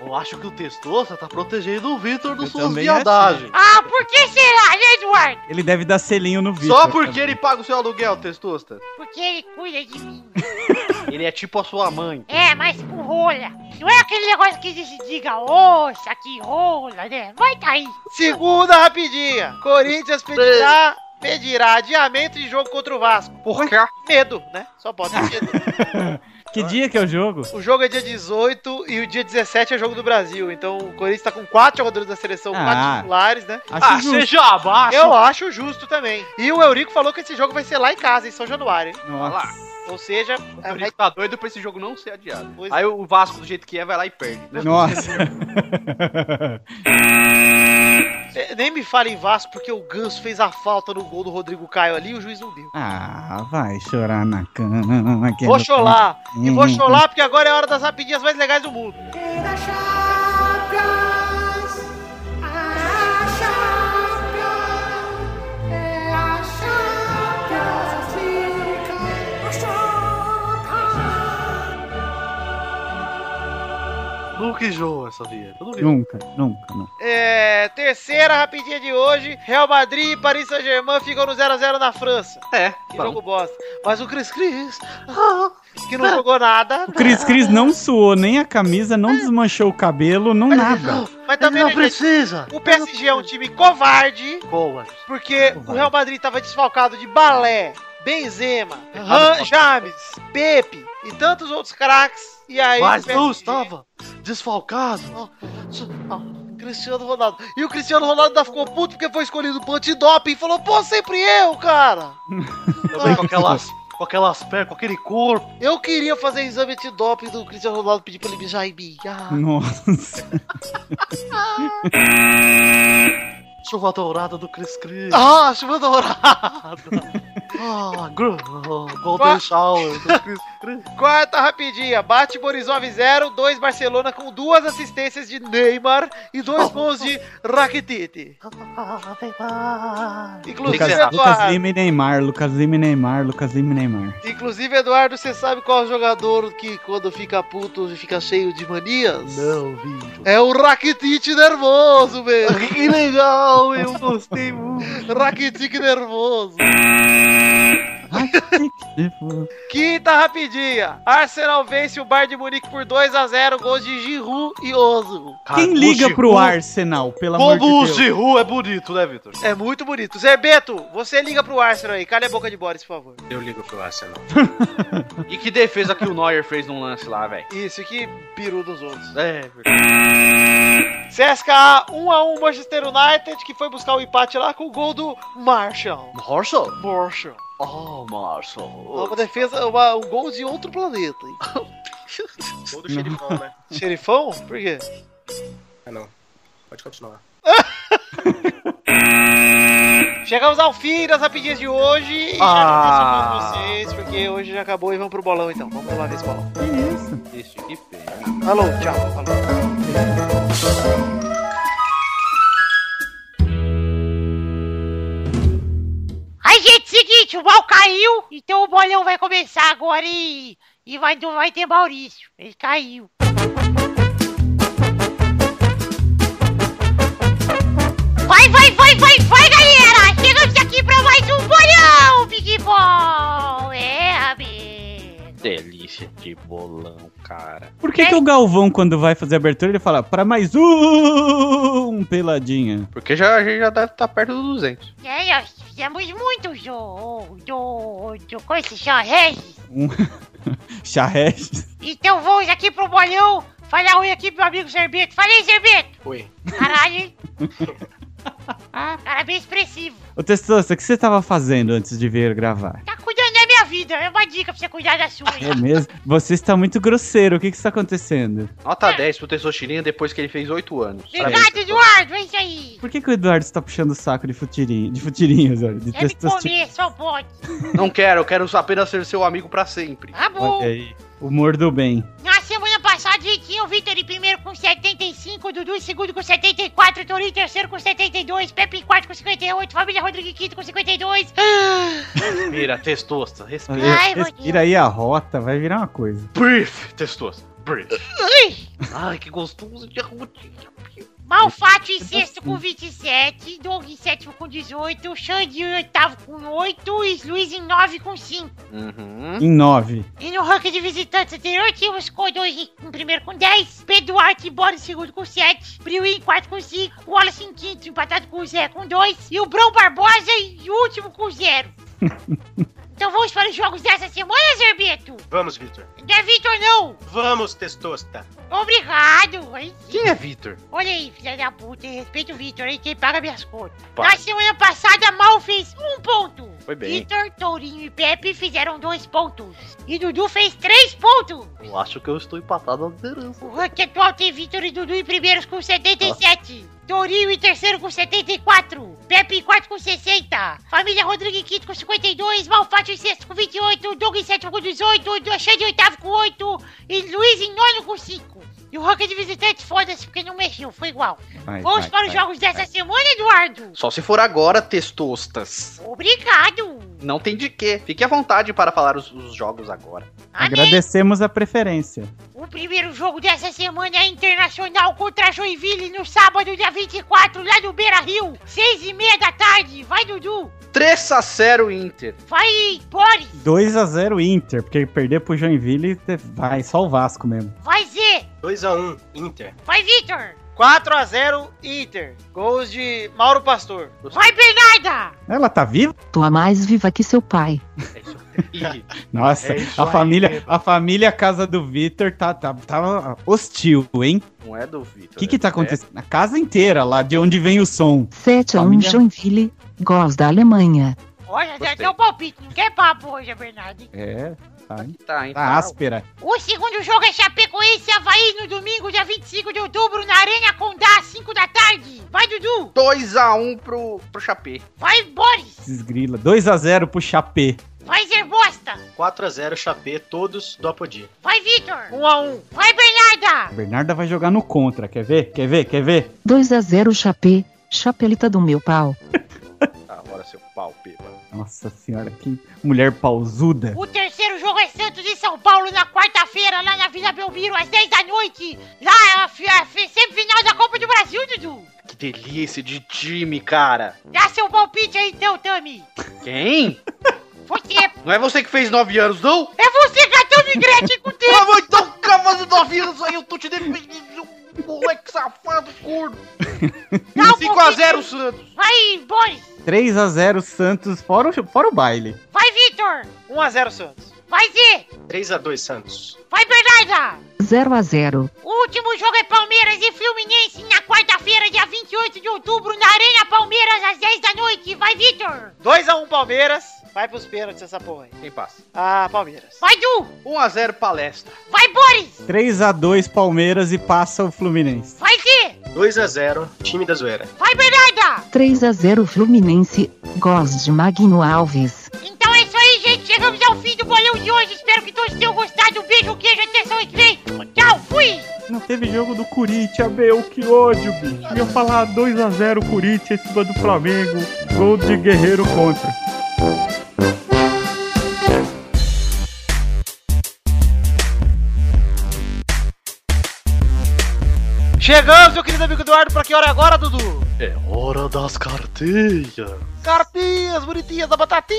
Eu acho que o testoto tá protegendo o Vitor
Eu
dos suas
também
né?
achei.
viadagens.
Ah, por que será, né, Eduardo?
Ele deve dar selinho no vídeo.
Só porque ele paga o seu aluguel, testosta.
Porque ele cuida de mim.
Ele é tipo a sua mãe.
É, mas com rola. Não é aquele negócio que se diga, oxa, que rola, né? Vai tá aí.
Segunda rapidinha. Corinthians pedirá, pedirá adiamento de jogo contra o Vasco.
Por quê?
Medo, né? Só pode ter medo.
Que dia que é o jogo?
O jogo é dia 18 e o dia 17 é jogo do Brasil. Então o Corinthians tá com quatro jogadores da seleção,
Ah.
quatro titulares, né?
Acho
Ah,
justo.
seja abaixo.
Eu acho justo também. E o Eurico falou que esse jogo vai ser lá em casa, em São Januário. hein?
Nossa.
Ou seja, é-
O
é-
Corinthians tá doido pra esse jogo não ser adiado.
Pois
Aí o Vasco, do jeito que é, vai lá e perde.
Nossa.
é- nem me fale em Vasco, porque o Ganso fez a falta no gol do Rodrigo Caio ali e o juiz não deu.
ah, vai chorar na cama. que
Vou
não-
chorar. E vou chorar porque agora é a hora das rapidinhas mais legais do mundo.
Nunca enjoa essa vinheta.
Nunca, nunca, nunca.
É, terceira rapidinha de hoje. Real Madrid e Paris Saint-Germain ficam no 0x0 na França.
É,
Que
bom.
jogo bosta. Mas o Cris Cris, ah, que não jogou nada,
O Cris Cris não suou nem a camisa, não desmanchou o cabelo, não nada.
mas também é não precisa. O PSG é um time covarde, porque o Real Madrid tava desfalcado de Balé, Benzema, Ram, James, Pepe e tantos outros craques. E aí
Mas
o
não
PSG
estava desfalcado.
Cristiano Ronaldo. E o Cristiano Ronaldo ainda ficou puto porque foi escolhido pro antidoping e falou, pô, sempre eu, cara.
Também com aquelas
com aquelas pernas, com aquele corpo. Eu queria fazer exame de doping do Cristiano Ronaldo pedir pra ele mijar em mim. Ah.
Nossa.
Chuva dourada do Chris Cris. Ah, chuva dourada. ah, gru- oh, Golden
Qua-
Shower do Chris Cris. Quarta rapidinha. Bate Borisov 0, 2 Barcelona com duas assistências de Neymar e dois gols de Rakitic. Inclusive,
Lucas,
Eduardo,
Lucas Lima e Neymar, Lucas Lima e Neymar, Lucas Lima e Neymar.
inclusive, Eduardo, você sabe qual é jogador que quando fica puto fica cheio de manias? Não, vi. É o Rakitic nervoso, velho. que legal, eu gostei muito. Rakitic nervoso. Quinta rapidinha. Arsenal vence o Bayern de Munique por 2 a 0 gols de Giroud e Ozu.
Quem liga pro Arsenal, pelo amor de
Como o
Deus?
Giroud é bonito, né, Vitor? É muito bonito. Zé Beto, você liga pro Arsenal aí. Calha a boca de Boris, por favor.
Eu ligo pro Arsenal.
E que defesa que o Neuer fez num lance lá, velho.
Isso, que peru dos outros.
É,
CSKA 1x1 Manchester United, que foi buscar o empate lá com o gol do Marshall.
Marshall?
Marshall.
Oh, Marshall.
Uma defesa, uma- um gol de outro planeta. hein?
Todo xerifão, né?
Xerifão? Por quê?
Ah, não. Pode continuar.
Chegamos ao fim das rapidinhas de hoje e
Ah.
já agradecemos vocês, porque hoje já acabou e vamos pro bolão então. Vamos lá nesse bolão.
Isso, que pena.
Alô, tchau. Falou.
Aí, gente, seguinte, o mal caiu, então o bolão vai começar agora e, e vai, não vai ter Maurício. Ele caiu. Vai, vai, vai, vai, vai, galera! Chegamos aqui pra mais um bolão, Big Ball! É, amigo.
Delícia de bolão, cara.
Por que, que o Galvão, quando vai fazer a abertura, ele fala pra mais um peladinha?
Porque já, a gente já deve estar perto do 200.
É, nós fizemos muito do... do... do... como é que se chama? Regis.
Um... Charrete.
Então vamos aqui pro bolão, falar oi aqui pro meu amigo Zerbeto. Falei, Zerbeto!
Oi.
Caralho, hein? ah, cara bem expressivo.
Ô, Testosta, o que você tava fazendo antes de vir gravar?
Tá cuidando da minha vida, é uma dica pra você cuidar da sua.
É mesmo? Você está muito grosseiro, o que que está acontecendo?
Nota 10 pro Tessotirinha depois que ele fez 8 anos. Parabéns.
Obrigado, Eduardo, é isso aí.
Por que, que o Eduardo está puxando o saco de futirinho, de futirinhas, olha, de
É de
testosterona?
comer, só pode.
Não quero, eu quero apenas ser seu amigo pra sempre.
Tá bom.
Olha é. aí, humor do bem.
Na semana passada, a gente tinha o Vitor em primeiro com 75, o Dudu em segundo com 74, o Torinho em terceiro com 72, Pepe em quarto com 58, Família Rodrigo em quinto com 52.
Respira, testosta, respira.
Ai, meu
Respira aí a rota, vai virar uma coisa.
Brief, testosta, brief.
Ai,
Ai, que gostoso de arrotinho.
Malfátio em sexto com 27, Doug em sétimo com 18, Xande em oitavo com 8 e Luiz em nove com 5.
Uhum.
Em nove.
E no ranking de visitantes anterior tínhamos Codoi em em primeiro com 10, Pedro Arte e Boris em segundo com 7, Briuí em quarto com 5, Wallace em quinto empatado com o Zé com 2 e o Brão Barbosa em último com 0. então vamos para os jogos dessa semana, Zerbeto?
Vamos, Vitor.
Não é Vitor não!
Vamos, testosta.
Obrigado! Aí sim.
Quem é Vitor?
Olha aí, filha da puta, respeita o Vitor aí, quem paga minhas contas.
Paga.
Na semana passada, Mal fez um ponto.
Foi bem.
Vitor, Tourinho e Pepe fizeram dois pontos. E Dudu fez três pontos.
Eu acho que eu estou empatado na liderança.
O ranking atual tem Vitor e Dudu em primeiros com 77. Tourinho em terceiro com 74. Pepe em quarto com 60. Família Rodrigo em quinto com 52. Malfátio em sexto com 28. Doug em sétimo com 18. Xande em oitavo com 8. E Luiz em nono com 5. E o ranking de visitantes, foda-se, porque não mexeu, foi igual.
Vai,
Vamos
vai,
para os
vai.
jogos dessa semana, Eduardo?
Só se for agora, testostas.
Obrigado!
Não tem de quê. Fique à vontade para falar os, os jogos agora.
tá
Agradecemos a preferência.
O primeiro jogo dessa semana é Internacional contra Joinville no sábado, dia 24, lá no Beira Rio, seis e meia da tarde. Vai, Dudu!
3x0 Inter.
Vai, Boris!
2 a 0 Inter, porque perder pro Joinville te- vai, só o Vasco mesmo.
Vai, Zé!
2x1, Inter.
Vai, Vitor!
4x0 Inter. Gols de Mauro Pastor.
Vai, Bernarda!
Ela tá viva?
Tua mais viva que seu pai.
Nossa,
É isso
a
aí,
família, a família casa do Vitor tá, tá, tá hostil, hein?
Não é do
O
Vitor.
que que tá acontecendo? A casa inteira lá de onde vem o som.
7 a 1
Família-
Joinville, gols da Alemanha.
Olha, já
Gostei.
deu um palpite, não quer papo hoje, Bernardo. hein?
É, tá, hein?
Tá, hein?
Tá áspera.
O segundo jogo é Chapecoense e Havaí no domingo, dia 25 de outubro, na Arena Condá, às 5 da tarde. Vai, Dudu!
2x1 pro, pro Chapê.
Vai, Boris!
Desgrila. 2x0 pro Chapé.
Vai, Zerbosta!
4x0 Chapê, todos do Apodi.
Vai, Vitor! 1x1. Vai, Bernarda!
Bernarda vai jogar no contra. Quer ver? Quer ver? Quer ver?
2 a 0 Chapê, chapelita do meu pau.
Ah, Agora seu pau, Pepa.
Nossa senhora, que mulher pausuda.
O terceiro jogo é Santos e São Paulo na quarta-feira, lá na Vila Belmiro, às 10 da noite. Lá, é a, fi- a, fi- semifinal da Copa do Brasil, Dudu.
Que delícia de time, cara.
Dá seu palpite aí, então, Tami.
Quem?
Você é...
Não é você que fez 9 anos, não?
É você, Gatão de Gretchen, com o tempo.
vou então cavando 9 anos aí, eu tô te defendendo. Moleque safado, curto.
Dá o
5x0
palpite.
Santos.
Vai, Boris.
3x0 Santos, fora o, fora o baile.
Vai, Vitor.
1x0 Santos.
Vai, Zê.
3x2 Santos.
Vai, Bernarda.
0 a 0.
O último jogo é Palmeiras e Fluminense na quarta-feira, dia 28 de outubro, na Arena Palmeiras, às 10 da noite. Vai, Vitor.
2x1 Palmeiras. Vai pros pênaltis essa porra aí.
Quem passa?
Ah, Palmeiras.
Vai, Du.
1x0 Palestra.
Vai, Boris.
3x2 Palmeiras e passa o Fluminense.
Vai, Zê.
2x0 time da zoeira.
Vai, Bernarda!
3 a 0 Fluminense, gols de Magno Alves.
Então é isso aí, gente. Chegamos ao fim do bolão de hoje. Espero que todos tenham gostado. Um beijo, um queijo, atenção e três. Tchau, fui!
Não teve jogo do Corinthians, meu, que ódio, bicho. Ia falar 2x0 Corinthians em cima do Flamengo. Gol de Guerreiro contra.
Chegamos, meu querido amigo Eduardo, pra que hora é agora, Dudu?
É hora das cartinhas.
Cartinhas bonitinhas da batatinha!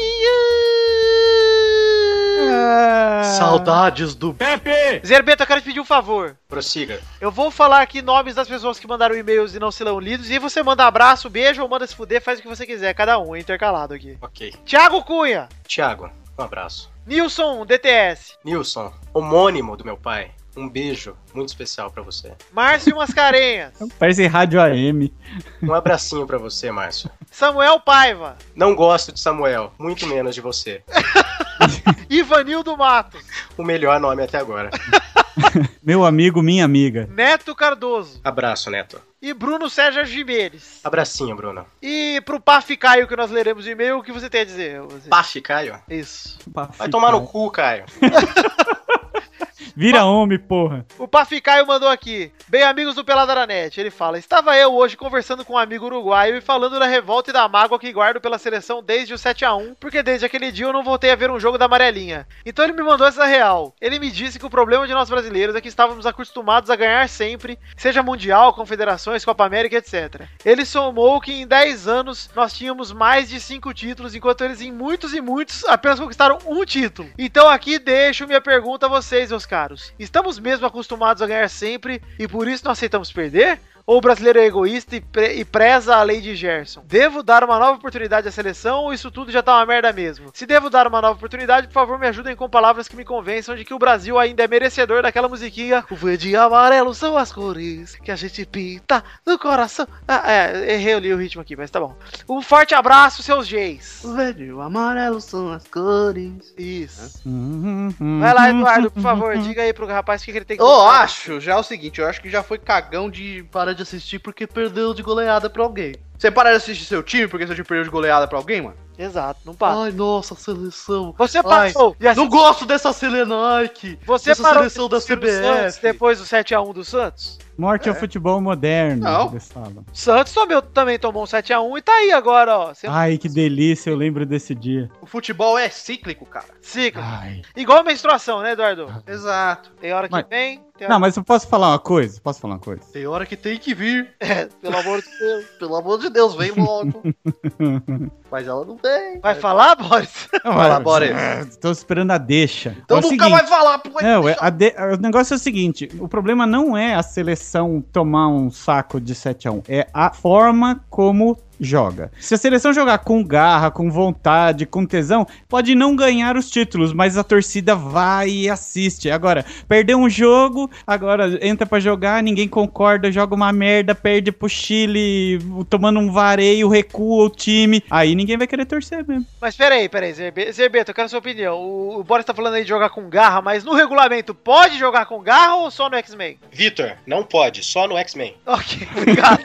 Saudades do
É.
Zerbeto, eu quero te pedir um favor.
Prossiga.
Eu vou falar aqui nomes das pessoas que mandaram e-mails e não serão lidos. E você manda abraço, beijo ou manda se fuder, faz o que você quiser, cada um, é intercalado aqui.
Ok.
Thiago Cunha,
Tiago, um abraço.
Nilson DTS,
Nilson, homônimo do meu pai. Um beijo muito especial pra você.
Márcio Mascarenhas,
Ah, Parece rádio AM.
Um abracinho pra você, Márcio.
Samuel Paiva,
Não gosto de Samuel, muito menos de você.
Ivanildo Matos,
O melhor nome até agora.
Meu amigo, minha amiga.
Neto Cardoso
Abraço, Neto.
e Bruno Sérgio Gimenez.
Abracinho, Bruno.
E pro Paf Caio que nós leremos o e-mail, o que você tem a dizer? Você-
Paf, Caio.
Isso.
Vai tomar no cu, Caio.
Vira homem, porra.
O Paficaio mandou aqui. Bem, amigos do Peladranet, ele fala: Estava eu hoje conversando com um amigo uruguaio e falando da revolta e da mágoa que guardo pela seleção desde o 7x1, porque desde aquele dia eu não voltei a ver um jogo da amarelinha. Então ele me mandou essa real. Ele me disse que o problema de nós brasileiros é que estávamos acostumados a ganhar sempre, seja Mundial, Confederações, Copa América, etc. Ele somou que em 10 anos nós tínhamos mais de 5 títulos, enquanto eles em muitos e muitos apenas conquistaram um título. Então aqui deixo minha pergunta a vocês, meus caros. Estamos mesmo acostumados a ganhar sempre e por isso não aceitamos perder? Ou o brasileiro é egoísta e, pre- e preza a lei de Gerson? Devo dar uma nova oportunidade à seleção ou isso tudo já tá uma merda mesmo? Se devo dar uma nova oportunidade, por favor me ajudem com palavras que me convençam de que o Brasil ainda é merecedor daquela musiquinha O verde e amarelo são as cores que a gente pinta no coração Ah, é, errei ali o ritmo aqui, mas tá bom Um forte abraço, seus J's
Velho, amarelo são as cores.
Isso Vai lá, Eduardo, por favor, diga aí pro rapaz o que que ele tem que
Eu
fazer.
acho, já é o seguinte, eu acho que já foi cagão de parar de assistir porque perdeu de goleada pra alguém. Você para de assistir seu time porque seu time perdeu de goleada pra alguém, mano?
Exato, não passa
Ai, nossa, seleção.
Você passou e assim-
Não gosto dessa Selenike.
Você
Essa
parou
seleção da
de assistir o
CBF.
Santos depois do 7x1 do Santos?
Morte ao futebol moderno.
Não.
eles falam.
Santos tomeu- também tomou um 7x1 e tá aí agora, ó. Seu
Ai, que delícia, eu lembro desse dia.
O futebol é cíclico, cara.
ciclo.
Ai.
Igual a menstruação, né, Eduardo?
Exato.
Tem hora que
Mas-
vem, tem um hora
Não, mas eu posso falar uma coisa? Posso falar uma coisa?
Tem hora que tem que vir.
Pelo amor de Deus, pelo amor de Deus, vem logo. Mas ela não vem.
que... Vai falar, Boris?
Fala, Boris.
Tô esperando a deixa.
Então
é o
nunca
seguinte,
vai falar, pô.
Não, é- a de- o negócio é o seguinte: o problema não é a seleção tomar um saco de 7 a 1 é a um, forma como joga. Se a seleção jogar com garra, com vontade, com tesão, pode não ganhar os títulos, mas a torcida vai e assiste. Agora, perdeu um jogo, agora entra pra jogar, ninguém concorda, joga uma merda, perde pro Chile, tomando um vareio, recua o time. Aí ninguém vai querer torcer mesmo.
Mas peraí, peraí, Zerbe- Zerbeto, eu quero sua opinião. O, o Boris tá falando aí de jogar com garra, mas no regulamento pode jogar com garra ou só no X-Men?
Vitor, não pode, só no X-Men.
Ok, obrigado.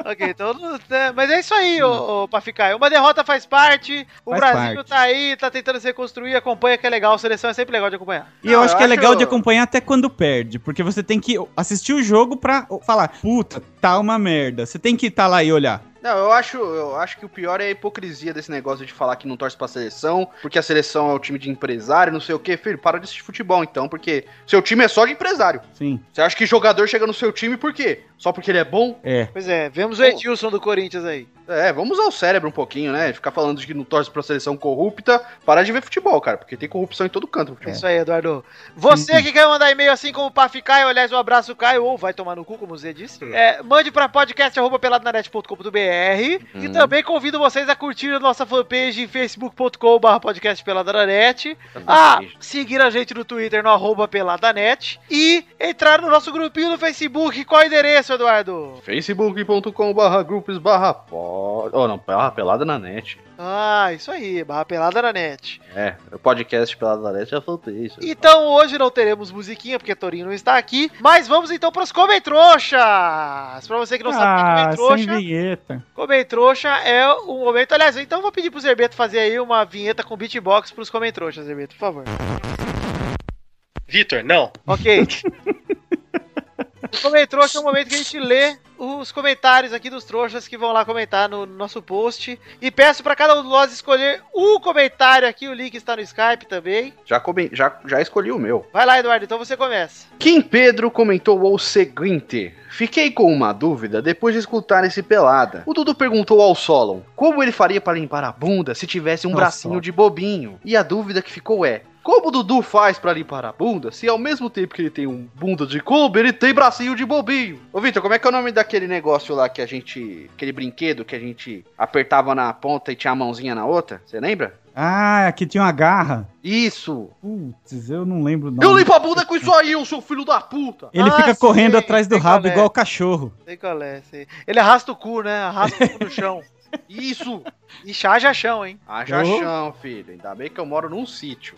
ok, então. não- né, Mas é isso aí, ô, ô, pra ficar. Uma derrota faz parte, o
Faz
Brasil
parte.
tá aí, tá tentando se reconstruir, acompanha que é legal, a seleção é sempre legal de acompanhar.
E eu acho que é legal de acompanhar até quando perde, porque você tem que assistir o jogo pra falar, puta, tá uma merda. Você tem que estar lá e olhar.
Não, eu acho, eu acho que o pior é a hipocrisia desse negócio de falar que não torce pra seleção, porque a seleção é o time de empresário, não sei o quê. Filho, para de assistir futebol então, porque seu time é só de empresário.
Sim.
Você acha que jogador chega no seu time por quê? Só porque ele é bom?
É.
Pois é, vemos o Edilson do Corinthians aí.
É, vamos usar o cérebro um pouquinho, né? Ficar falando de que não torce pra seleção corrupta, parar de ver futebol, cara, porque tem corrupção em todo canto. no
É
futebol.
isso aí, Eduardo.
Hum.
Você que quer mandar e-mail assim como o Paf Caio, aliás, um abraço, Caio, ou vai tomar no cu, como o Zé disse. É, mande pra podcast.peladananet.com.br
Hum.
e
Uhum.
também convido vocês a curtir a nossa fanpage em facebook.com.br podcastpeladananet, a Ah, seguir a gente no Twitter no arroba peladanet e entrar no nosso grupinho no Facebook. Qual é o endereço, Eduardo?
facebook.com barra grupos barra pod... Oh, não, barra pelada na net.
Ah, isso aí, barra pelada na net.
É, o podcast pelada na net já faltou isso.
Então hoje não teremos musiquinha, porque Torinho não está aqui. Mas vamos então para os Comentrouxas! Para você que não sabe o
Ah,
que é Comentrouxa,
sem vinheta.
Comentrouxa é um momento. Aliás, então eu vou pedir pro Zerbeto fazer aí uma vinheta com beatbox pros Comentrouxas, Zerbeto, por favor.
Vitor, não.
Ok. O Comentrouxa é o momento que a gente lê os comentários aqui dos trouxas que vão lá comentar no nosso post. E peço para cada um de nós escolher um comentário aqui, o link está no Skype também.
Já, come- já, já escolhi o meu.
Vai lá, Eduardo, então você começa.
Kim Pedro comentou o seguinte: Fiquei com uma dúvida depois de escutar esse pelada. O Dudu perguntou ao Solon como ele faria para limpar a bunda se tivesse um
Nossa.
bracinho de bobinho. E a dúvida que ficou é: como o Dudu faz para limpar a bunda se ao mesmo tempo que ele tem um bunda de cubo, ele tem bracinho de bobinho? Ô Vitor, como é que é o nome daquele negócio lá que a gente. aquele brinquedo que a gente apertava na ponta e tinha a mãozinha na outra? Você lembra?
Ah, aqui tinha uma garra.
Isso!
Putz, eu não lembro o
Eu
nome.
limpo a bunda com isso aí, ô seu filho da puta!
Ele
Ah,
fica
sim,
correndo atrás do
sei qual
rabo
é.
igual o cachorro.
Sei qual é, sei. Ele arrasta o cu, né? Arrasta o cu no chão.
Isso!
E haja chão, hein?
Haja
Ô.
chão, filho. Ainda bem que eu moro num sítio.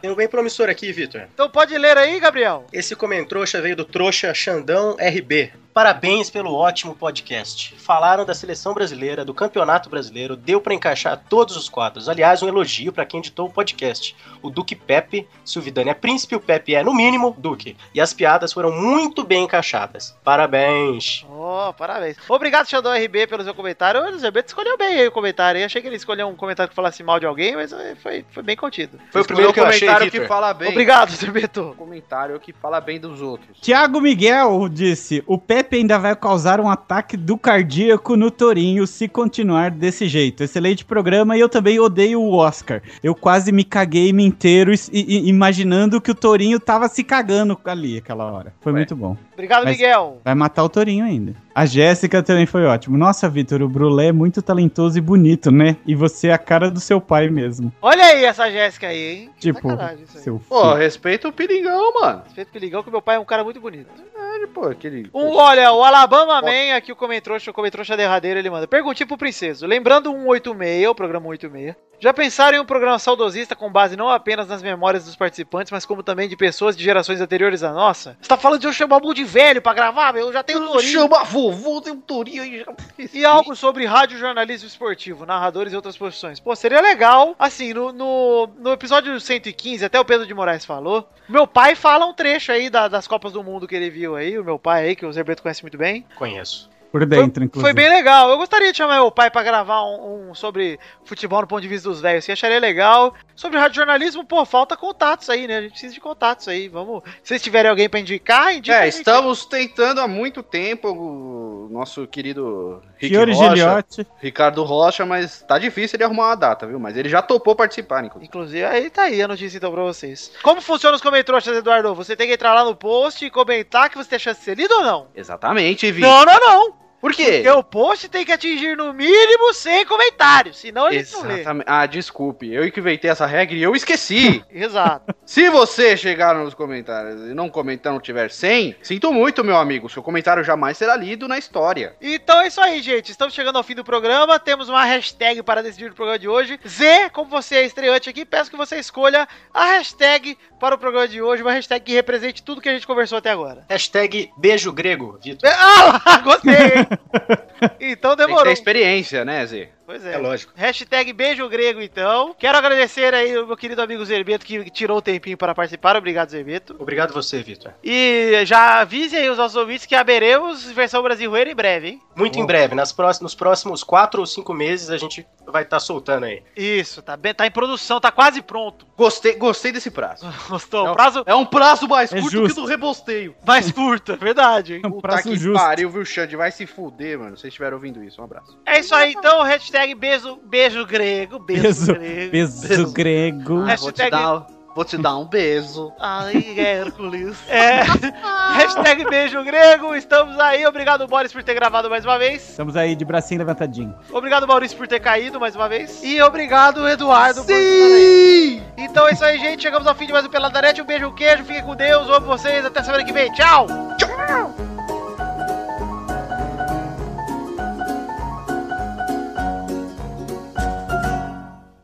Tem um bem promissor aqui, Vitor.
Então pode ler aí, Gabriel.
Esse comentrouxa veio do trouxa Xandão RB. Parabéns pelo ótimo podcast. Falaram da seleção brasileira, do campeonato brasileiro, deu pra encaixar todos os quadros. Aliás, um elogio pra quem editou o podcast. O Duque Pepe, se o Vidani é príncipe, o Pepe é, no mínimo, Duque. E as piadas foram muito bem encaixadas. Parabéns.
Oh, parabéns. Obrigado, Xandão RB, pelo seu comentário. O Elizabeth escolheu bem aí o comentário. Eu achei que ele escolheu um comentário que falasse mal de alguém, mas eh, foi, foi bem contido.
Foi o primeiro
Escolheu o que eu achei,
comentário que
Vitor.
fala bem. Um
Obrigado, Zerbeto.
Comentário que fala bem dos outros.
Tiago Miguel disse: o Pepe ainda vai causar um ataque do cardíaco no Torinho se continuar desse jeito. Excelente programa e eu também odeio o Oscar. Eu quase me caguei me inteiro e- e- imaginando que o Torinho tava se cagando ali aquela hora. Foi muito bom.
Obrigado,
Mas-
Miguel.
Vai matar o Torinho ainda. A Jéssica também foi ótimo. Nossa, Vitor, o Brulé é muito talentoso e bonito, né? E você é a cara do seu pai mesmo.
Olha aí essa Jéssica aí, hein? Que
Tipo,
É sacanagem isso aí.
seu
Pô,
filho.
respeita o Piringão, mano.
Respeito que ligou que meu pai é um cara muito bonito.
É, Pô, aquele...
Um, olha, o Alabama Man, aqui o Comentrouxa, o Comentrouxa derradeiro, ele manda. Pergunte pro Princeso. Lembrando um o 186, o programa 186. Já pensaram em um programa saudosista com base não apenas nas memórias dos participantes, mas como também de pessoas de gerações anteriores à nossa? Você tá falando de eu chamar o Bull de velho pra gravar, meu? Eu já tenho Torinho.
Chama vovô, tem um tourinho aí. já-
E algo sobre rádio jornalismo esportivo, narradores e outras profissões. Pô, seria legal, assim, no, no, no episódio 115, até o Pedro de Moraes falou, meu pai fala um trecho aí da- das Copas do Mundo que ele viu aí, o meu pai aí, que o Zerbeto conhece muito bem.
Conheço.
Por dentro, inclusive.
Foi bem legal. Eu gostaria de chamar meu pai pra gravar um, um sobre futebol no ponto de vista dos velhos, que acharia legal. Sobre radiojornalismo, pô, falta contatos aí, né? A gente precisa de contatos aí. Vamos. Se vocês tiverem alguém pra indicar, indica.
É,
aí.
estamos tentando há muito tempo o nosso querido Rick
Fiore
Rocha,
Giliotti.
Ricardo Rocha, mas tá difícil ele arrumar uma data, viu? Mas ele já topou participar, inclusive.
Inclusive, aí tá aí a notícia então pra vocês. Como funciona os comentários, Eduardo? Você tem que entrar lá no post e comentar que você tem chance de ser lido ou não?
Exatamente, Vitor.
Não, não, não!
Por quê?
Porque o post tem que atingir no mínimo 100 comentários, senão eles não lê.
Exatamente. Ah, desculpe. Eu que inventei essa regra e eu esqueci.
Exato.
Se você chegar nos comentários e não comentar, não tiver 100, sinto muito, meu amigo. Seu comentário jamais será lido na história.
Então é isso aí, gente. Estamos chegando ao fim do programa. Temos uma hashtag para decidir o programa de hoje. Z, como você é estreante aqui, peço que você escolha a hashtag para o programa de hoje, uma hashtag que represente tudo que a gente conversou até agora.
Hashtag beijo grego, Vitor.
Ah, lá, gostei, hein? Então
Tem que
demorou.
ter experiência, né, Zé?
Pois
É lógico.
Hashtag beijo grego, então. Quero agradecer aí o meu querido amigo Zerbeto que tirou o tempinho para participar. Obrigado, Zerbeto.
Obrigado você, Vitor.
E já avise aí os nossos ouvintes que aberemos versão brasileira em breve, hein?
Muito em breve, nas próxim- nos próximos quatro ou cinco meses a gente vai estar soltando aí.
Isso, tá bem, tá em produção, tá quase pronto.
Gostei, gostei desse prazo.
Gostou? O prazo
É um prazo mais
É
curto
justo.
que do rebosteio.
mais curto, é verdade, hein?
É um
Puta
prazo
que
justo.
pariu, viu, Xande? Vai se fuder, mano. Se vocês estiverem ouvindo isso, um abraço.
É isso aí, então. Hashtag beijo, beijo grego, beijo,
Beijo.
grego.
Peso grego.
Ah, vou te Hashtag- dar-
vou te dar um beijo.
Ai, Hércules. É. Hashtag beijo grego, estamos aí. Obrigado, Boris, por ter gravado mais uma vez.
Estamos aí de bracinho levantadinho.
Obrigado, Maurício, por ter caído mais uma vez. E obrigado, Eduardo, por Sim! Então é isso aí, gente. Chegamos ao fim de mais um Peladarete. Um beijo, um queijo. Fiquem com Deus. Amo vocês. Até semana que vem. Tchau!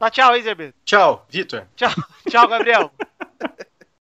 Dá tchau, hein, Zerbeto?
Tchau, Vitor.
Tá, Tchau, tchau, Gabriel.